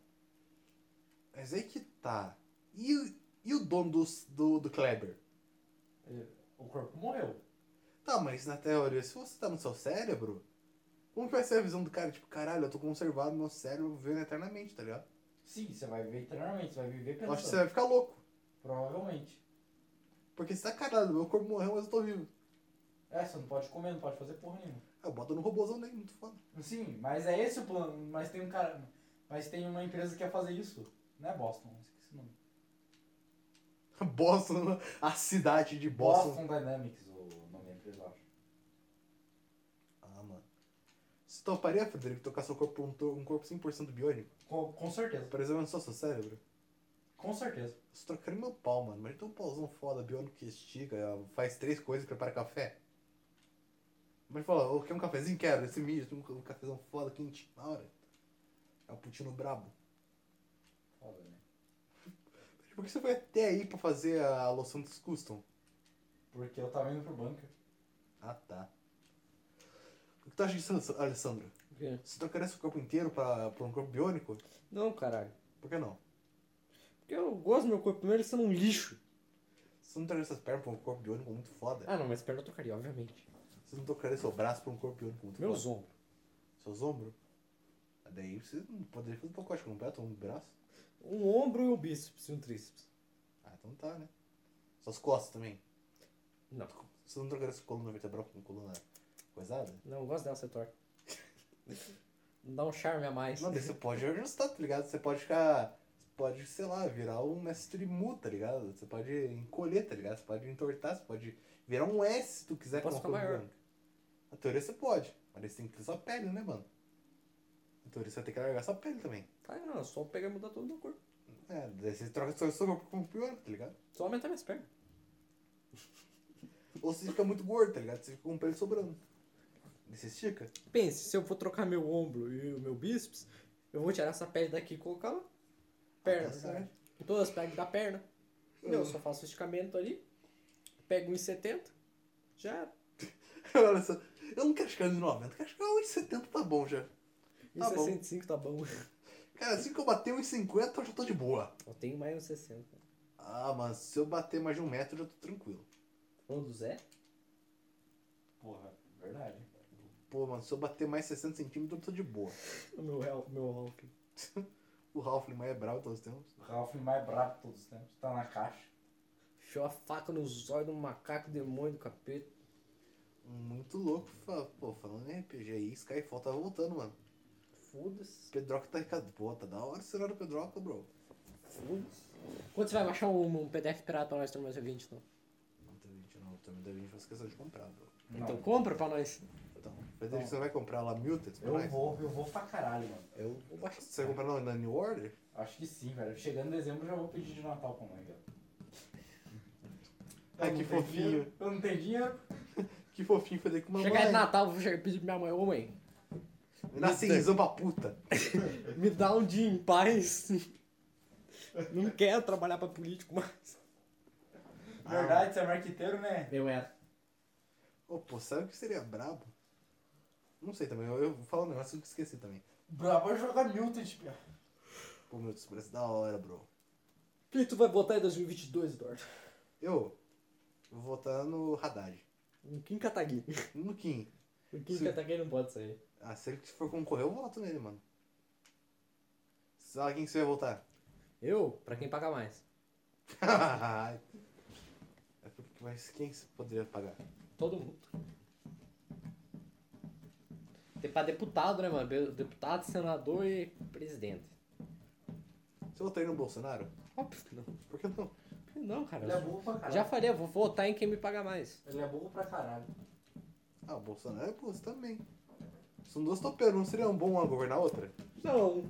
Mas aí que tá. E, o- e o dono do, do, do Kleber?
O corpo morreu.
Tá, mas na teoria, se você tá no seu cérebro, como que vai ser a visão do cara? Tipo, caralho, eu tô conservado no meu cérebro vivendo eternamente, tá ligado?
Sim, você vai viver eternamente, você vai viver
Eu
pensando.
acho que você vai ficar louco.
Provavelmente.
Porque você tá caralho, meu corpo morreu, mas eu tô vivo.
É, você não pode comer, não pode fazer porra nenhuma.
Ah, Eu boto no robôzão dele, muito foda. [laughs]
Sim, mas é esse o plano. Mas tem um cara. Mas tem uma empresa que quer fazer isso. Não é Boston, esqueci o nome.
Boston, a cidade de
Boston,
Boston.
Dynamics, o nome da empresa, eu acho.
Ah, mano. Você toparia, Frederico, tocar seu corpo por um, to- um corpo 100% biônico?
Com, com certeza.
Preservando só seu cérebro?
Com certeza.
Você trocaria meu pau, mano. Mas tem um pauzão foda, biônico que estica, faz três coisas e prepara café. Mas fala, ô, quer um cafezinho? Quero, esse mídia, tem um, ca- um cafezão foda quente, na hora. Cappuccino brabo.
Foda, né?
Por que você foi até aí pra fazer a Los Santos Custom?
Porque eu tava indo pro bunker.
Ah, tá. O que tu acha disso, Alessandro?
O quê?
Você trocaria seu corpo inteiro pra, pra um corpo biônico?
Não, caralho.
Por que não?
Porque eu gosto do meu corpo. Primeiro, eles são um lixo.
Você não trocaria essas pernas pra um corpo biônico muito foda?
Ah, não, mas perna eu trocaria, obviamente.
Você não trocaria seu braço pra um corpo biônico muito
Meus
foda?
ombros.
Seus ombros? Daí você não poderia fazer um pacote completo, um braço?
Um ombro e um bíceps e um tríceps.
Ah, então tá, né? Suas costas também.
Não.
Você não trocaria sua coluna vertebral com coluna coisada?
Não, eu gosto dela ser torta. [laughs] Dá um charme a mais.
Não, daí você pode ajustar, tá ligado? Você pode ficar. Pode, sei lá, virar um mestre mu, tá ligado? Você pode encolher, tá ligado? Você pode entortar, você pode virar um S se tu quiser
Posso
com uma cor
ficar maior.
branca. Na teoria você pode, mas daí você tem que ter sua pele, né, mano? Na teoria você vai ter que largar sua pele também.
Ah, não, é só pegar e mudar todo o meu corpo.
É, daí você troca seu seu corpo com o pior, tá ligado?
Só aumentar minhas pernas.
Ou você fica muito gordo, tá ligado? Você fica com pele sobrando. Daí você estica. [laughs]
Pense, se eu for trocar meu ombro e o meu bíceps, eu vou tirar essa pele daqui e colocar lá. Perna.
Ah, tá certo.
né? Todas as peles da perna. Não, eu só faço o esticamento ali. Pego 1,70. Já é. era.
Olha só, eu não quero chegar nos 90, eu quero chegar aos 70 tá bom já. Tá bom.
1,65 tá bom.
Cara, assim que eu bater uns 50, eu já tô de boa.
Eu tenho mais uns 60.
Ah, mas se eu bater mais de um metro, eu já tô tranquilo.
Falando do Zé?
Porra, verdade.
Pô, mano, se eu bater mais 60 centímetros, eu tô de boa.
O meu Ralph. Meu Ralph.
O Ralph Lima é bravo todos os tempos.
O Ralph é mais brabo de todos os tempos. Tá na caixa.
Enfiou a faca nos olhos do macaco demônio do capeta.
Muito louco. fa- Pô, falando em RPG aí, Skyfall tá voltando, mano.
Foda-se.
Pedroca tá recado. Pô, tá da hora o cenário do Pedroca, bro.
Foda-se. Quando você vai baixar um, um PDF pirata pra nós ter mais então? ouvinte, não?
Não tem 20, não. Também da 20 faz questão de comprar, bro.
Então compra pra nós.
Então, Frederico, você vai comprar lá Muted? pra
eu
nós?
vou, eu vou pra caralho, mano.
Eu
Vou baixar.
Você vai comprar lá na New Order?
Acho que sim, velho. Chegando em dezembro eu já vou pedir de Natal pra mãe, velho.
Ai,
Eu
que
não tenho
fofinho.
dinheiro, Eu não tenho dinheiro.
Que fofinho fazer com mamãe.
Chegar de Natal, vou chegar, pedir pra minha mãe, ô mãe,
Nasce risão pra puta.
me dá um dia em paz. Não quero trabalhar pra político mais.
Verdade, você é marqueteiro, né?
Eu era.
Ô, pô, sabe o que seria brabo? Não sei também, eu, eu falo um negócio que eu esqueci também.
Brabo é jogar Milton, tipo.
Pô, meu, isso parece da hora, bro.
O que tu vai votar em 2022, Eduardo?
Eu vou votar no Haddad.
No Kim Kataguiri.
No Kim.
O Kim
Sim.
Kataguiri não pode sair.
Ah, se ele for concorrer, eu voto nele, mano. Sabe quem que você vai votar? [laughs]
Eu? Pra quem paga mais.
É porque- Mas quem que você poderia pagar?
Todo mundo. Tem pra deputado, né, mano? Deputado, senador e presidente.
Você votaria no Bolsonaro?
Óbvio que não.
Por que não?
Por que Não, cara.
Ele é burro pra caralho.
Já falei, eu vou votar em quem me paga mais.
Ele é burro pra caralho.
Ah, o Bolsonaro é bolso também. São duas topeiras, não seria um bom uma governar a outra?
Não.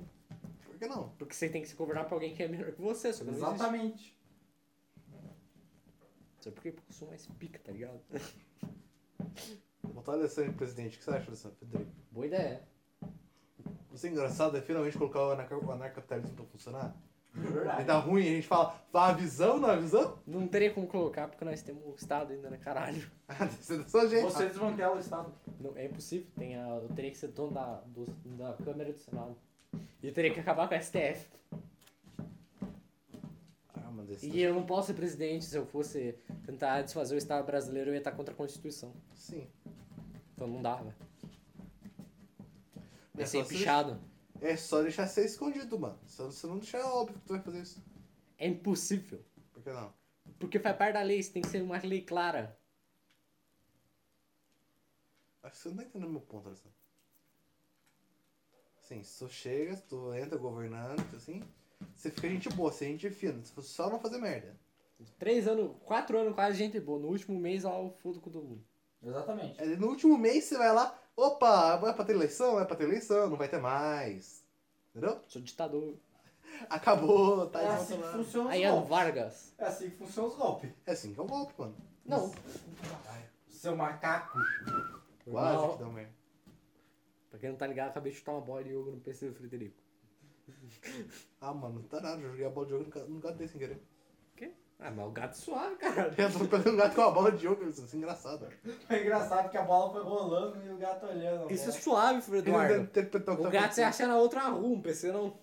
Por que não?
Porque você tem que se governar pra alguém que é melhor que você, só que não existe. [laughs]
Exatamente.
Sabe por quê? Porque eu sou mais pica, tá ligado?
Votar Alessandro em presidente, o que você acha, Alessandro? Federico?
Boa ideia.
Isso é engraçado, é finalmente colocar o anar- o anarcapitalismo pra funcionar. Aí
Verdade.
tá ruim, a gente fala, tá avisando, não avisando?
Não teria como colocar, porque nós temos o Estado ainda, né? Caralho.
[laughs] Ah, você é só gente.
Você desmantela o Estado.
Não, é impossível. Tem a, eu teria que ser dono da, do- da Câmara do Senado. E eu teria que acabar com a STF.
Ah, mano, esse
E eu não posso ser presidente. Se eu fosse tentar desfazer o Estado brasileiro, eu ia estar contra a Constituição.
Sim.
Então não dá, velho.
É
Vai ser
só se-
pichado.
É só deixar ser escondido, mano. Só você não deixar óbvio que tu vai fazer isso.
É impossível.
Por que não?
Porque faz parte da lei, isso tem que ser uma lei clara.
Acho que você não tá entendendo meu ponto, Alessandro. Assim, se tu chega, se tu entra governando, assim, você fica gente boa, você é gente fina, se você só não fazer merda.
Três anos, quatro anos quase gente boa. No último mês, lá o foda com todo mundo. É
Exatamente. É
Aí É, no último mês você vai lá, opa, é pra ter eleição, é pra ter eleição, não vai ter mais. Entendeu?
Sou ditador.
Acabou, tá
é
é
assim que funciona os
Aí é o
golpes.
Vargas.
É assim que funciona os golpes.
É assim que é o golpe, mano.
Não,
Seu macaco. [laughs]
Quase
Não.
que dá merda.
pra quem não tá ligado, acabei de chutar uma bola de yoga no PC do Frederico.
Ah, mano, não tá nada, eu joguei a bola de jogo no gato, no gato dele sem querer. [laughs]
Ah, mas o gato suave, caralho.
Eu tô pegando um gato com a bola de jogo, isso é engraçado.
É engraçado que a bola foi rolando e o gato olhando. a
Isso é
bola.
suave, Fred
Ele não deve
Eduardo.
interpretar o que
O
tá
gato você
acontecendo.
acha na outra rua, um PC não.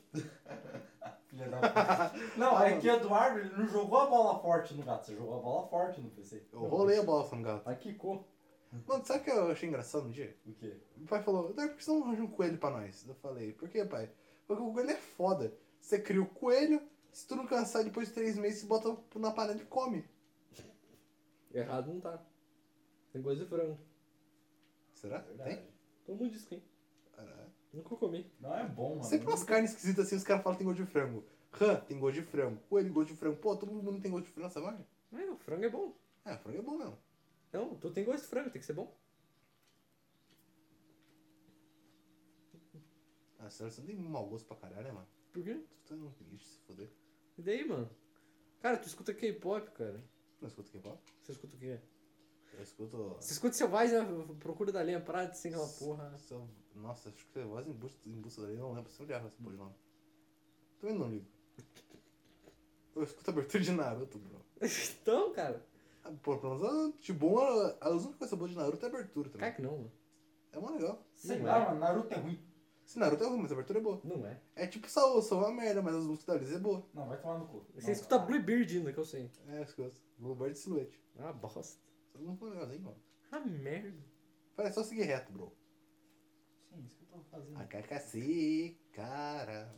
Filha da
[laughs]
puta. Não,
Ah,
é que o Eduardo ele não jogou a bola forte no gato, você jogou a bola forte no PC.
Eu rolei a bola no gato.
Mas quicou.
Mano, sabe o que eu achei engraçado no dia?
O quê?
Meu pai falou, Eduardo, por que você não arranja um coelho pra nós? Eu falei, por que, pai? Porque o coelho é foda. Você cria o coelho, se tu não cansar depois de três meses, você bota na panela e come.
Errado não tá. Tem coisa de frango.
Será? Tem?
É Verdade.
Todo mundo diz que tem.
Caralho.
Nunca comi.
Não é bom, mano.
Sempre umas carnes esquisitas assim, os caras falam que tem gosto de frango. Rã tem gosto de frango. Coelho gosto de frango. Pô, todo mundo tem gosto de frango, sabe?
Mas o frango é bom.
É, frango é bom mesmo.
Não, tu tem gosto de frango, tem que ser bom.
Ah, sério, você não tem mau gosto pra caralho, né, mano?
Por quê?
Tu tá um lixo, se foder.
E daí, mano? Cara, tu escuta K-pop, cara.
Não escuta K-pop?
Você escuta o quê?
Eu escuto...
Você escuta Selvagem, né? Procura da Linha Prata, sem aquela porra. [laughs]
Só- Nossa, acho que você voz em busca, em busca dele, eu não lembro se eu olhava esse porra de nome. Também não ligo. Eu escuto a abertura de Naruto, bro.
Então, cara.
Ah, Pô, pelo menos, tipo, bom, a- as únicas coisas boas de Naruto é a abertura
Cara
também.
que não, mano.
É mó legal.
Sei
Não
lá,
é.
mano, Naruto é ruim.
Se Naruto é ruim, mas a abertura é boa.
Não é.
É tipo Saul, só uma merda, mas as músicas da Liz é boa.
Não, vai tomar no cu.
Você
Não, tá.
escuta
cara.
Bluebeard ainda, que eu sei.
É, as coisas. Bluebird e Silhouette.
É uma bosta.
Só não foi legalzinho, mano.
Ah, merda.
Parece só seguir reto, bro.
Sim, isso que eu tô
A
fazendo.
kakasi, cara.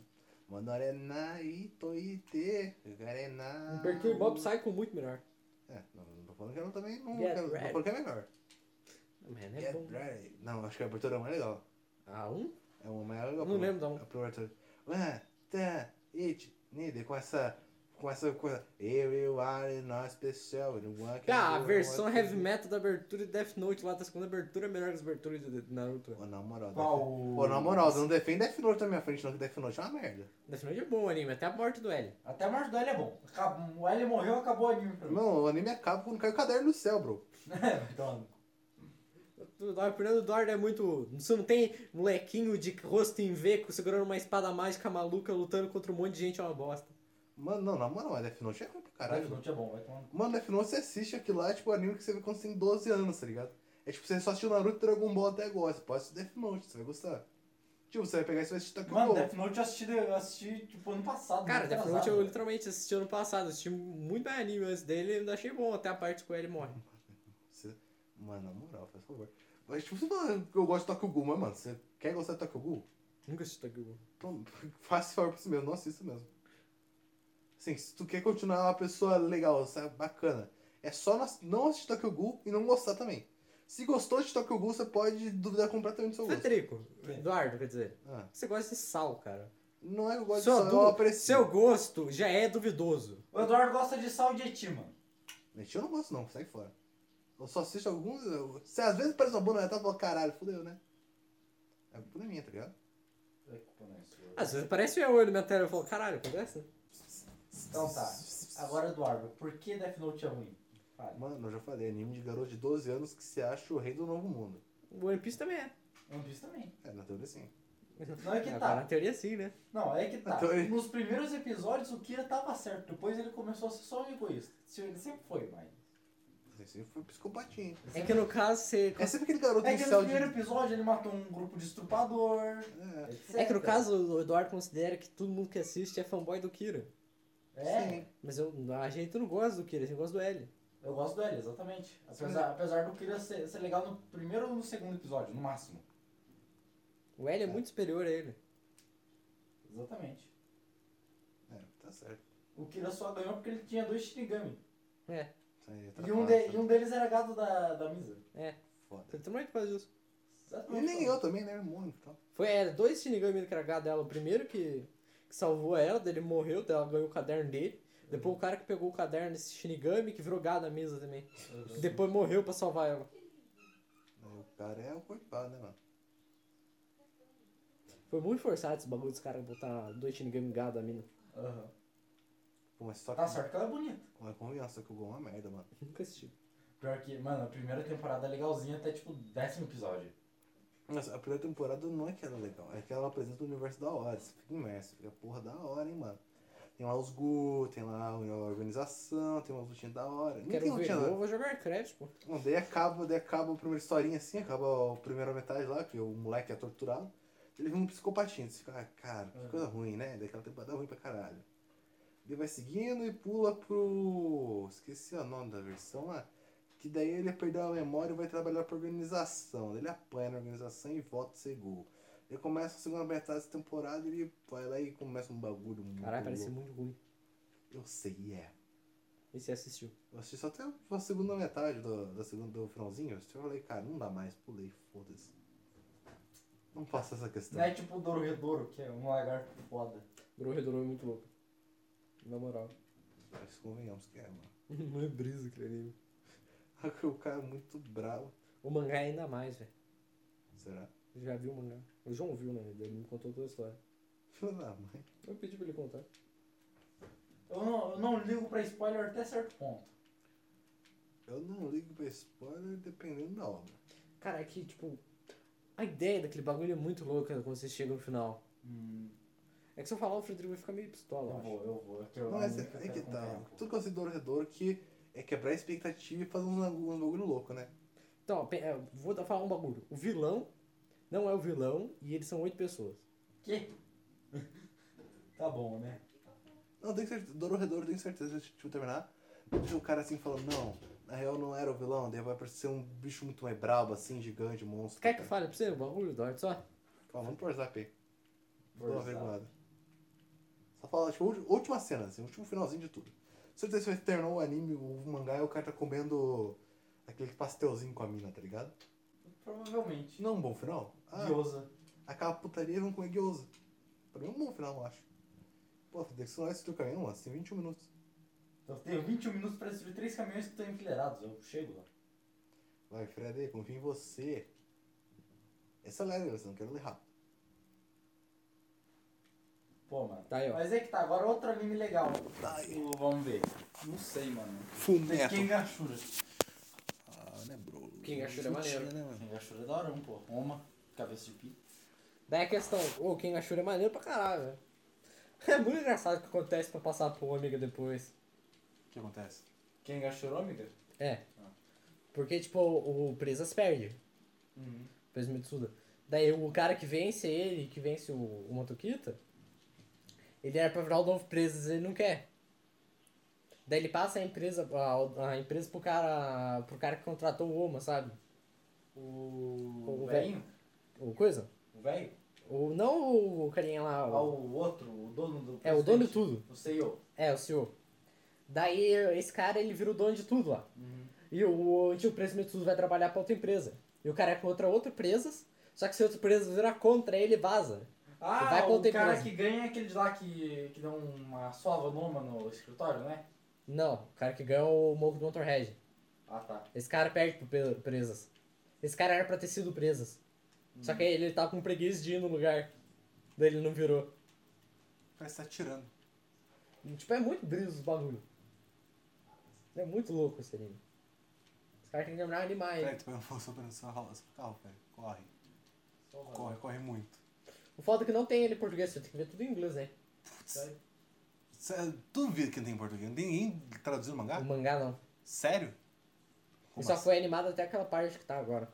Monorena itoite, garena.
Porque Bob Psycho é muito melhor.
É, não, não tô falando que ela também não.
Get
quero, não tô
ready.
falando que é melhor.
Mas não é
Get
bom.
ready. Não, acho que a abertura é mais legal.
Ah, um?
É uma mais legal. é
Não lembro, um. não.
A primeira abertura. One, two, it, need, com essa. Com essa coisa. Eu, eu, are, nós, pessoal.
Cara, Tá, Ah, a
um
versão heavy metal da abertura de Death Note lá da segunda abertura é melhor que as aberturas de de Naruto.
Ô, na moral.
Qual?
Death- Ô, na moral, você não defende Death Note na minha frente, não, que Death Note é uma merda.
Death Note é bom o anime, até a morte do L.
Até a morte do L é bom. Acab- O L morreu, acabou o anime pra mim.
Não, o anime acaba quando cai o caderno do céu, bro.
[laughs] É, vai tomar no cu.
O Fernando Dord é muito. Você não tem molequinho de rosto em V com- segurando uma espada mágica maluca lutando contra um monte de gente, é uma bosta.
Mano, não, na moral, mas Death Note é ruim pra
Death
caralho.
Note é bom, vai tomar no cu.
Mano, Death Note você assiste aquilo lá, é tipo, o anime que você vê quando você tem 12 anos, tá ligado? É tipo, você só assistiu Naruto e Dragon Ball até agora, você pode assistir Death Note, você vai gostar. Tipo, você vai pegar e você vai assistir Tokyo
Mano,
Ghoul.
Death Note eu assisti, eu assisti tipo ano passado.
Cara,
muito
Death Note é
atrasado.
eu literalmente assisti ano passado, assisti muito mais anime antes dele e ainda achei bom, até a parte que o L morre.
Você- Mano, na moral, faz favor. Mas tipo, você fala que eu gosto de Tokyo Ghoul, mas mano, você quer gostar de Tokyo Ghoul?
Nunca assisti Tokyo Ghoul.
[laughs] Então, faça esse favor pra si mesmo, não assista mesmo. Assim, se tu quer continuar uma pessoa legal, sabe, bacana, é só nas- não assistir Tokyo Ghoul e não gostar também. Se gostou de Tokyo Ghoul, você pode duvidar completamente do seu gosto.
Federico, Eduardo, quer dizer,
Ah,
você gosta de sal, cara.
não é que eu gosto
Seu
de só, eu
du-
aprecio.
Seu gosto já é duvidoso.
O Eduardo gosta de sal de Eti, mano.
Gente, eu não gosto não, sai fora. Eu só assisto alguns. eu- Se às vezes parece uma boa Natal, eu falo, caralho, fudeu, né? É culpa minha, tá ligado?
É culpa não é sua.
Às vezes um parece eu elementar e falo, caralho, acontece? né?"
Então tá. Agora, Eduardo, por que Death Note é ruim? Fale.
Mano, eu já falei, anime de garoto de 12 anos que se acha o rei do novo mundo.
O One Piece também é.
One Piece também.
É, na teoria sim.
Não é que tá.
Agora, na teoria, sim, né?
Não, é que tá.
Então, ele-
Nos primeiros episódios o Kira tava certo, depois ele começou a ser só um egoísta. Se- Ele sempre foi, mas.
Esse foi psicopatinho.
É que no caso, você.
É sempre aquele garoto
É
em
que no
céu de...
primeiro episódio ele matou um grupo de estrupador.
É,
etc.
É que no caso, o Eduardo considera que todo mundo que assiste é fanboy do Kira.
É,
sim.
Mas eu, a gente não gosta do Kira, a gente gosta do L.
eu gosto do L, exatamente. Apesar, apesar do Kira ser, ser legal no primeiro ou no segundo episódio, no máximo.
O L é muito superior a ele.
Exatamente.
É, tá certo.
O Kira só ganhou porque ele tinha dois Shinigami.
É,
Isso aí é
E um, de- e um deles era gado da, da Misa.
Foda.
ele também faz isso.
E
Exatamente.
nem eu também, né? Muito. Então.
Foi era dois Shinigami do Kragá dela. O primeiro que, que salvou ela, daí ele morreu, daí ela ganhou o caderno dele. Depois o cara que pegou o caderno desse Shinigami, que virou gado da mesa também.
Uhum.
Depois morreu pra salvar ela.
Aí O cara é o culpado, né, mano?
Foi muito forçado esse bagulho dos caras botar dois Shinigami gado da mina. [laughs]
Aham.
Pô, mas só que...
Tá certo que ela é bonita.
Mas convenhamos, só que o gol é uma merda, mano.
Nunca assisti.
Pior que, mano, a primeira temporada é legalzinha até tipo o décimo episódio.
Mas a primeira temporada não é que ela é legal, é que ela apresenta o universo da hora, você fica imerso, fica porra da hora, hein, mano. Tem lá os Gu, tem lá a organização, tem umas lutinhas da hora. Não tem um
Quero ver,
lutinha,
eu
não.
vou jogar crédito, pô.
Bom, daí acaba, daí acaba a primeira historinha assim, acaba a primeira metade lá, que o moleque é torturado. Ele vira um psicopatinho, você fica, ah, cara, que
É.
Uhum.
coisa ruim, né? Daquela temporada ruim pra caralho. Ele vai seguindo e pula pro. Esqueci o nome da versão lá. Que daí ele perdeu a memória e vai trabalhar pra organização. Daí Ele apanha na organização e volta a ser gol. Ele começa a segunda metade da temporada e ele vai lá e começa um bagulho muito.
Caralho, parece
louco.
muito ruim.
Eu sei, é.
E você assistiu.
Eu assisti só até a segunda metade do, da segunda, do finalzinho. Eu assisti, eu falei, cara, não dá mais, pulei, foda-se. Não faça essa questão.
Não é tipo o Dororedoro, que é um lagarto foda.
Dororredoro é muito louco. Na moral.
Mas convenhamos que é, mano. [laughs]
[laughs] Não é brisa aquele anime.
O cara é muito bravo.
O mangá é ainda mais, velho.
Será?
Eu Já viu o mangá. O João viu, né? Ele me contou toda a história.
Filho da mãe.
Eu pedi pra ele contar.
Eu não, eu não ligo pra spoiler até certo ponto.
Eu não ligo pra spoiler dependendo da obra.
Cara, é que, tipo, a ideia daquele bagulho é muito louca quando você chega no final.
Hum.
É que se eu falar, o Frederico vai ficar meio pistola, eu
eu
acho.
vou, eu vou. Eu
Mas é, é que tá. Tudo que eu sei do redor que é quebrar a expectativa e fazer uns bagulho uns bagulho louco, né?
Então, ó, pe- é, vou dar- falar um bagulho. O vilão não é o vilão e eles são oito pessoas.
Que? [laughs] tá bom, né?
Não, eu tenho certeza. Doro Redouro, tenho certeza que tipo, terminar. Deixa o cara assim falando, não, na real não era o vilão, daí vai aparecer um bicho muito mais brabo, assim, gigante, monstro.
Quer que eu fale pra você o bagulho, Eduardo? Só?
Ó, vamos pro WhatsApp aí. Dá uma
Forçado.
vergonhada. Só fala, tipo, ulti- última cena, assim, último finalzinho de tudo. Com certeza você terminou o anime, o mangá, e o cara tá comendo aquele pastelzinho com a mina, tá ligado?
Provavelmente.
Não é um bom final? Ah,
Gyoza.
acaba a putaria e vão comer gyoza. Pra mim é um bom final, eu acho. Pô, Frederico, se não é esse teu caminho, mano, tem 21 minutos.
Eu tenho 21 minutos pra destruir três caminhões que estão enfileirados. Eu chego lá.
Vai, Frederico, confio em você. Essa é a letra, eu não quero ler rápido.
Pô, mano.
Tá aí, ó.
Mas é que tá. Agora outro anime legal.
Tá aí.
O- Vamos ver. Não sei, mano. Tem
Fumeto.
Kengashura.
Ah, né, bro?
Kengashura é
Futinha,
maneiro.
né, mano?
Kengashura é da hora, pô. Roma, cabeça de pi.
Daí a questão, ô, o Kengashura é maneiro pra caralho, velho. [laughs] É muito engraçado o que acontece pra passar pro amiga depois.
O que acontece?
Kengashura ômega?
É.
Ah.
Porque, tipo, o, o Presas perde.
Uhum.
Fez Mitsuda. Daí o cara que vence ele, que vence o, o Motokita, ele era pra virar o novo Presas, ele não quer. Daí ele passa a empresa, a, a empresa pro cara, pro cara que contratou o Oma, sabe?
O.
O
O velhinho?
O coisa?
O velho?
O, não o carinha lá,
Ah,
o,
o outro, o dono do.
É, o dono de
presidente.
tudo.
O CEO.
é, o senhor. Daí esse cara, ele vira o dono de tudo lá. E o, o tio Preso Mitsuda vai trabalhar pra outra empresa. E o cara é contra outro Presas, só que se outro Presas virar contra ele, vaza.
Ah,
Vai pra
o
outra
cara
empresa.
que ganha é aquele lá que, que dá uma sova numa no escritório, não é?
Não, o cara que ganha é o Moco do Motorhead.
Ah, tá.
Esse cara perde pro Pe- presas. Esse cara era pra ter sido presas. Só que aí ele tava com preguiça de ir no lugar. Daí ele não virou.
Parece que tá tirando.
Tipo, é muito brisa os bagulho. É muito louco esse anime. Os caras têm que terminar de
É.
animar ele.
tu pegou a força pra sua calma, velho. Corre.
Sova.
corre muito.
O foda é que não tem ele em português, você tem que ver tudo em inglês, né?
Sério, Duvido que não tem em português. Não tem ninguém traduzindo mangá?
O mangá não.
Sério?
E
Como
só
assim?
foi animado até aquela parte que tá agora.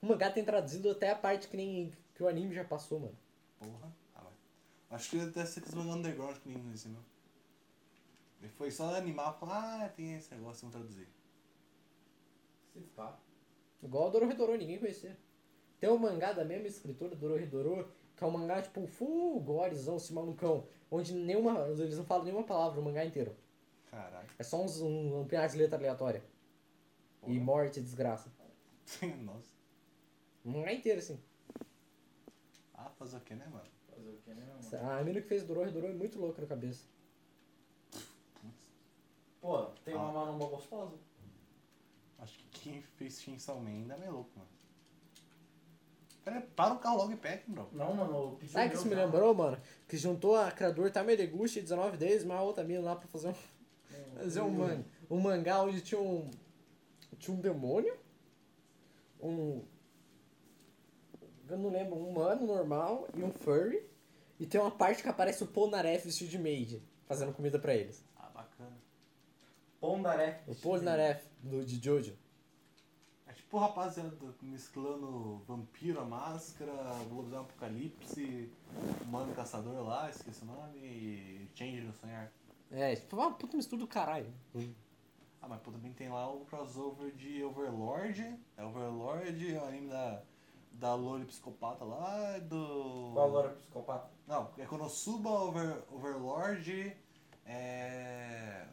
O mangá tem traduzido até a parte que nem que o anime já passou, mano.
Porra. Ah, mas... Acho que deve ser aqueles mangá underground que ninguém ensinou. E foi só animar e falar, ah, tem esse negócio, vamos traduzir.
Se pá.
Igual o Dorohedoro, ninguém conhecia. Tem um mangá da mesma escritora, Dorohedoro, que é um mangá tipo full gorezão, esse malucão. Onde nenhuma, eles não falam nenhuma palavra o mangá inteiro.
Caralho. [laughs]
É só uns, um, um punhado de letra aleatória. E
Porra.
morte e desgraça.
Nossa.
O mangá inteiro, assim.
Ah, fazer o quê, né, mano?
Fazer o que, né, mano?
A mina que fez Dorohedoro é muito louca na cabeça.
Putz.
Pô, tem
Ah.
uma maromba gostosa.
Acho que quem fez Shinsaw Man ainda é meio louco, mano. Pera, para o carro logo e pega, bro.
Não, mano, eu pedi
Sabe
o
o que
meu,
isso me
cara.
lembrou, mano? Que juntou a criador Tamedeguchi e 19 Days, mais a outra mina lá pra fazer um, fazer um, man, um mangá onde tinha um. Tinha um demônio. Um. Eu não lembro, um humano normal e um furry. E tem uma parte que aparece o Polnareff vestido de maid, fazendo comida pra eles.
Ah, bacana.
Pondaré.
O Polnareff do, de Jojo.
É tipo o rapaziada do- mesclando Vampiro, a Máscara, Lobisomem Apocalipse, Humano Caçador lá, esqueci o nome, e Change no Sonhar.
É, tipo, uma puta mistura do caralho.
Ah, mas pô, também tem lá o crossover de Overlord, é Overlord, é o anime da, da Loli Psicopata lá, do...
Qual agora, psicopata?
Não, é Konosuba, Over, Overlord, é...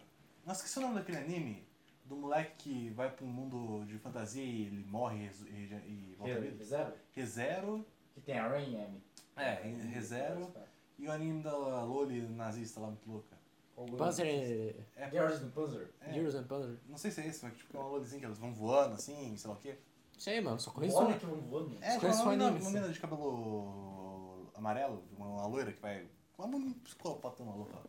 Nossa, esqueci o nome daquele anime, do moleque que vai pra um mundo de fantasia e ele morre e, resu- e, já- e volta à vida.
Reserva?
ReZero.
Que tem a Rain M.
É, ReZero. E o anime da Loli nazista lá, muito louca.
Panzer.
É,
Girls do Panzer.
É.
Heroes and Panzer.
não sei se é esse, mas tipo, é uma Lolizinha que elas vão voando assim, sei lá o quê.
Sei, mano, só conheço
Olha
um.
que eu não vou, mano.
É, tem
Conheço
uma
o
mina,
anime,
uma
sim.
mina de cabelo amarelo, uma, uma loira que vai. Uma mina psicopata maluca. lá.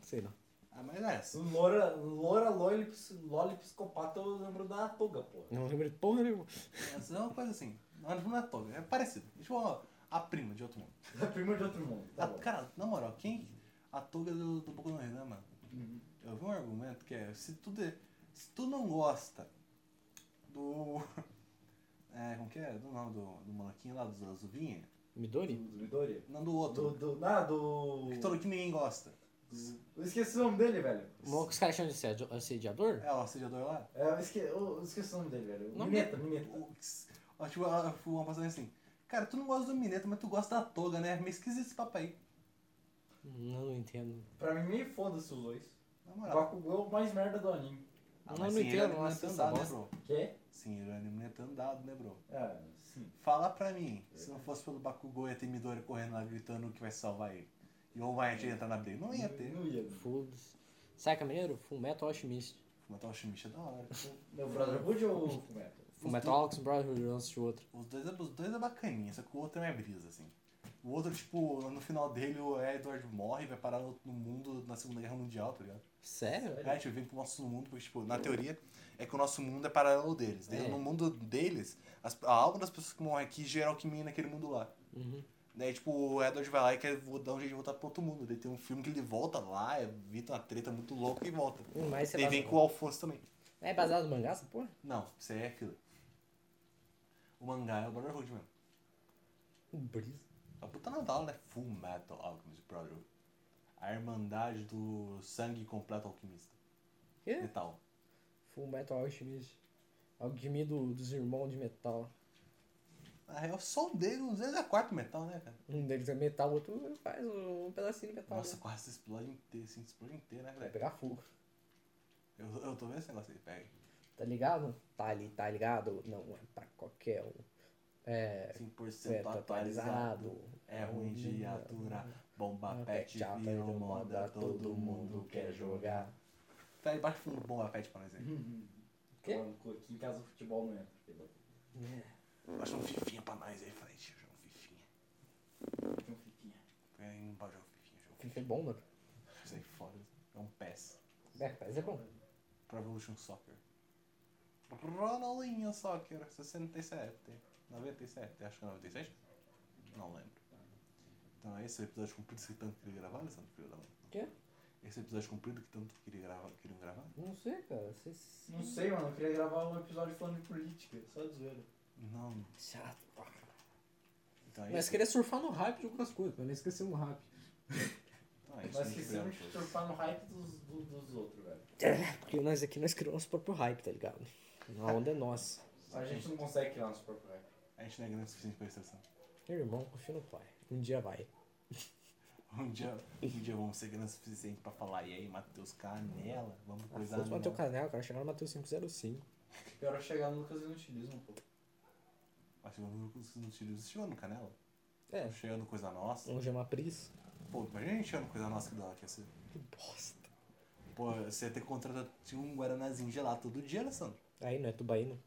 Sei não.
Ah, mas é essa.
Loura, Loura, Loli, ps- Loli, psicopata, eu lembro da Toga, pô.
Não lembro de porra nenhuma.
Essa é uma coisa assim. Mas não é toga, é parecido. É Tipo, ó, a prima de outro mundo.
Da prima de outro mundo. Tá
A-
bom.
cara, na moral, quem. A toga do, do Boku no Hero, né, mano?
Uhum.
Eu vi um argumento que é, se tu, de- se tu não gosta do. [laughs] É, como que é? Do nome do, do molequinho lá, dos Azuvinha?
Midori?
Do, do Midori?
Não, do
Do,
outro.
do, ah, do...
Que todo que ninguém gosta.
Eu esqueci o nome dele, velho.
Como que os caras chamam de assedi- assediador?
É, o assediador lá.
É, eu, esque... eu esqueci o nome dele, velho.
Não.
Mineta, Mineta.
O- ó, Tipo, ela- foi uma passagem assim. Cara, tu não gosta do Mineta, mas tu gosta da toga, né? Meio esquisito esse papo aí.
Não, não entendo.
Pra mim, me foda-se os dois.
Na moral.
Bakugou é o mais merda do anime.
Ah, mas
Não, não
sem ele,
entendo,
anime
não
é
assisto
andado,
essa
né, bro?
Quê?
Sim, o anime é andado, né, bro?
Ah, sim.
Fala pra mim, se não fosse pelo Bakugou, ia ter Midori correndo lá gritando que vai salvar ele. E ou vai entrar na briga. Não ia ter.
Não ia.
Foda-se. Sabe que é maneiro? Fullmetal Alchemist.
Matar o Shimicha é da hora.
Meu Brotherhood ou o [laughs] Fumeto?
Fullmetal Alchemist Brotherhood, eu não assisti o outro.
Os dois, é- os dois é bacaninha, só que o outro é mais brisa, assim. O outro, tipo, no final dele, o Edward morre e vai parar no, no mundo na Segunda Guerra Mundial, tá ligado?
Sério?
É, tipo, vem pro nosso mundo, porque, tipo, na teoria, é que o nosso mundo é paralelo ao deles. Daí,
É.
No mundo deles, as- a alma das pessoas que morrem aqui gera alquimia naquele mundo lá.
Uhum.
Daí, tipo, o Edward vai lá e quer vo- dar um jeito de voltar pro outro mundo. Daí tem um filme que ele volta lá, evita uma treta muito louca e volta.
Hum, Mas isso é
Daí vem com
baseado...
o Alfonso também.
É baseado no mangá, essa porra?
Não, isso aí é filler. O mangá é o Brotherhood mesmo.
Um brisa.
A puta Natal é Full Metal Alchemist Brotherhood. A Irmandade do Sangue Completo Alquimista.
Quê?
Metal.
Fullmetal Alchemist. Alquimia do, dos irmãos de metal.
Na real, só um deles, um deles é quarto metal, né, cara?
Um deles é metal, o outro faz um pedacinho de metal.
Nossa,
né?
quase explode inteiro, assim, explode inteiro, né,
Vai
velho?
pegar fogo.
Eu, eu tô vendo esse negócio aí, pega.
Tá ligado? Tá ali, tá ligado? Não é pra qualquer um. É.
100%
Certo, atualizado.
assim, tá atualizado. É ruim de aturar. Bomba pet
Tchau, tá
virou
indo
moda, todo mundo quer jogar. Pera aí, baixa o fundo do Bomba Pet pra nós aí.
Quê?
Aqui em casa o futebol não entra. filho.
É,
Baixa um fifinha pra nós aí, falei, deixa eu jogar um fifinha.
Não fiquinha.
Pera aí, não pode jogar um fifinha, jogo.
Fica bom, mano.
Isso aí foda, é um PES.
É, mas é bom.
Pro Evolution Soccer. Ronaldinho Soccer, 67, 97, acho que é 97? Não lembro. Então é esse o episódio comprido que tanto queria gravar, Alessandro? Filho da mãe?
Quê?
Esse episódio comprido que tanto queria gravar, queriam gravar?
Não sei, cara. Vocês.
Não sei, mano. Eu queria gravar um episódio falando de política. Só de zoeira.
Não.
Chato, pá, cara.
Então é
Mas
esse.
queria surfar no hype de algumas coisas, mas não esquecemos o hype.
Então é isso.
Mas
né,
esquecemos de
Gabriel?
surfar no hype dos, do- dos outros, velho.
É, Porque nós aqui nós criamos nosso próprio hype, tá ligado? A onda é nossa.
A gente não consegue criar nosso próprio hype.
A gente não é grande o suficiente pra extensão.
Irmão, confia no pai. Um dia vai.
Um dia, um dia vamos ser grande o suficiente pra falar, e aí, Matheus Canela, vamos coisar.
Ah, Vamos bater o
não."
canal, cara. Chegaram no Matheus 505.
Pior é chegar no Lucas Inutilismo, pô.
Mas chegou no, no, Você chegou no Canela?
É.
Chegou no Coisa Nossa.
Um gema pris.
Pô, imagina a gente chegando no Coisa Nossa que da hora que ia ser.
Que bosta.
Pô, você ia ter que contratar tinha um Guaranazinho gelado todo dia, Alessandro.
Aí, não é tubaíno?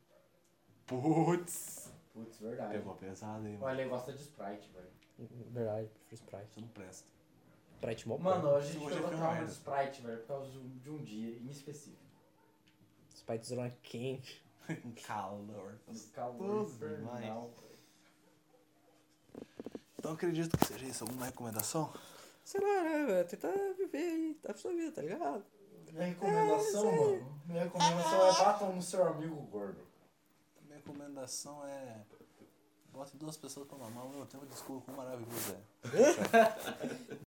Putz!
Putz, verdade.
Pegou pesado aí, mano.
Olha, ele gosta de Sprite, velho.
Verdade, prefiro Sprite.
Você não presta. [laughs]
Sprite mó
Mano, a
Esse
gente
hoje
pegou
foi uma
trauma
merda.
de Sprite, velho, por causa de um- de um dia em específico.
bom. Sprite zona quente.
Um calor.
Do calor
Gostoso
infernal.
Então acredito que seja isso. Alguma recomendação?
Sei lá, né, velho? Tentar viver aí, a sua vida, tá ligado?
Minha recomendação, mano. Minha recomendação é batam no seu amigo gordo.
Minha recomendação é. Bote duas pessoas pra mamar ao mesmo tempo e descubra o quão maravilhoso é.